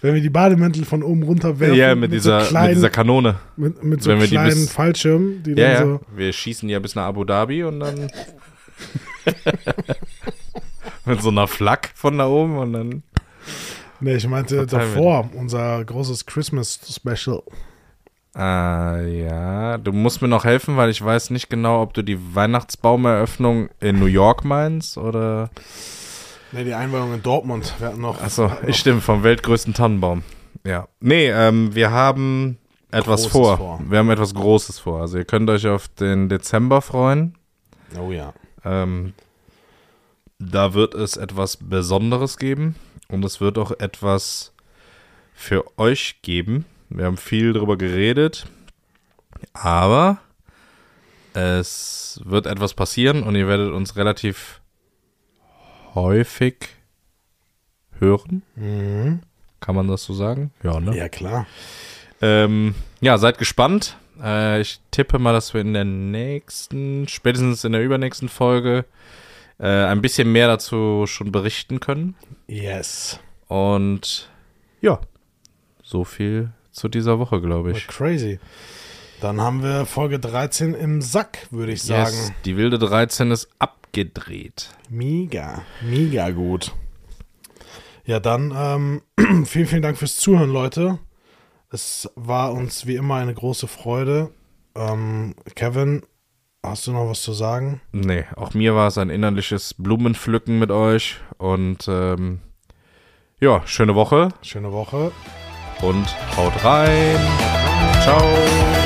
[SPEAKER 1] Wenn wir die Bademäntel von oben runter werfen,
[SPEAKER 2] Ja, mit dieser,
[SPEAKER 1] so kleinen,
[SPEAKER 2] mit dieser Kanone.
[SPEAKER 1] mit, mit so
[SPEAKER 2] wenn wir die
[SPEAKER 1] kleinen
[SPEAKER 2] bis-
[SPEAKER 1] Fallschirmen, die
[SPEAKER 2] Ja,
[SPEAKER 1] dann
[SPEAKER 2] ja.
[SPEAKER 1] so.
[SPEAKER 2] Wir schießen ja bis nach Abu Dhabi und dann. [laughs] mit so einer Flak von da oben und dann.
[SPEAKER 1] Ne, ich meinte
[SPEAKER 2] Verteilen wir
[SPEAKER 1] davor, unser großes Christmas-Special.
[SPEAKER 2] Ah, ja. Du musst mir noch helfen, weil ich weiß nicht genau, ob du die Weihnachtsbaumeröffnung in New York meinst oder.
[SPEAKER 1] Ne, die Einweihung in Dortmund. Wir hatten noch.
[SPEAKER 2] Achso, ich stimme, vom weltgrößten Tannenbaum. Ja. Nee, ähm, wir haben etwas
[SPEAKER 1] Großes
[SPEAKER 2] vor.
[SPEAKER 1] vor.
[SPEAKER 2] Wir haben etwas Großes vor. Also, ihr könnt euch auf den Dezember freuen.
[SPEAKER 1] Oh ja.
[SPEAKER 2] Ähm, da wird es etwas Besonderes geben und es wird auch etwas für euch geben. Wir haben viel drüber geredet, aber es wird etwas passieren und ihr werdet uns relativ häufig hören. Kann man das so sagen? Ja, ne?
[SPEAKER 1] Mhm. Ja, klar.
[SPEAKER 2] Ähm, ja, seid gespannt. Äh, ich tippe mal, dass wir in der nächsten, spätestens in der übernächsten Folge äh, ein bisschen mehr dazu schon berichten können.
[SPEAKER 1] Yes.
[SPEAKER 2] Und ja, so viel zu dieser Woche, glaube ich.
[SPEAKER 1] Crazy. Dann haben wir Folge 13 im Sack, würde ich sagen.
[SPEAKER 2] Yes, die wilde 13 ist abgedreht.
[SPEAKER 1] Mega, mega gut. Ja, dann ähm, [clears throat] vielen, vielen Dank fürs Zuhören, Leute. Es war uns wie immer eine große Freude. Ähm, Kevin, hast du noch was zu sagen?
[SPEAKER 2] Nee, auch mir war es ein innerliches Blumenpflücken mit euch. Und ähm, ja, schöne Woche
[SPEAKER 1] Schöne Woche.
[SPEAKER 2] und haut rein. Ciao.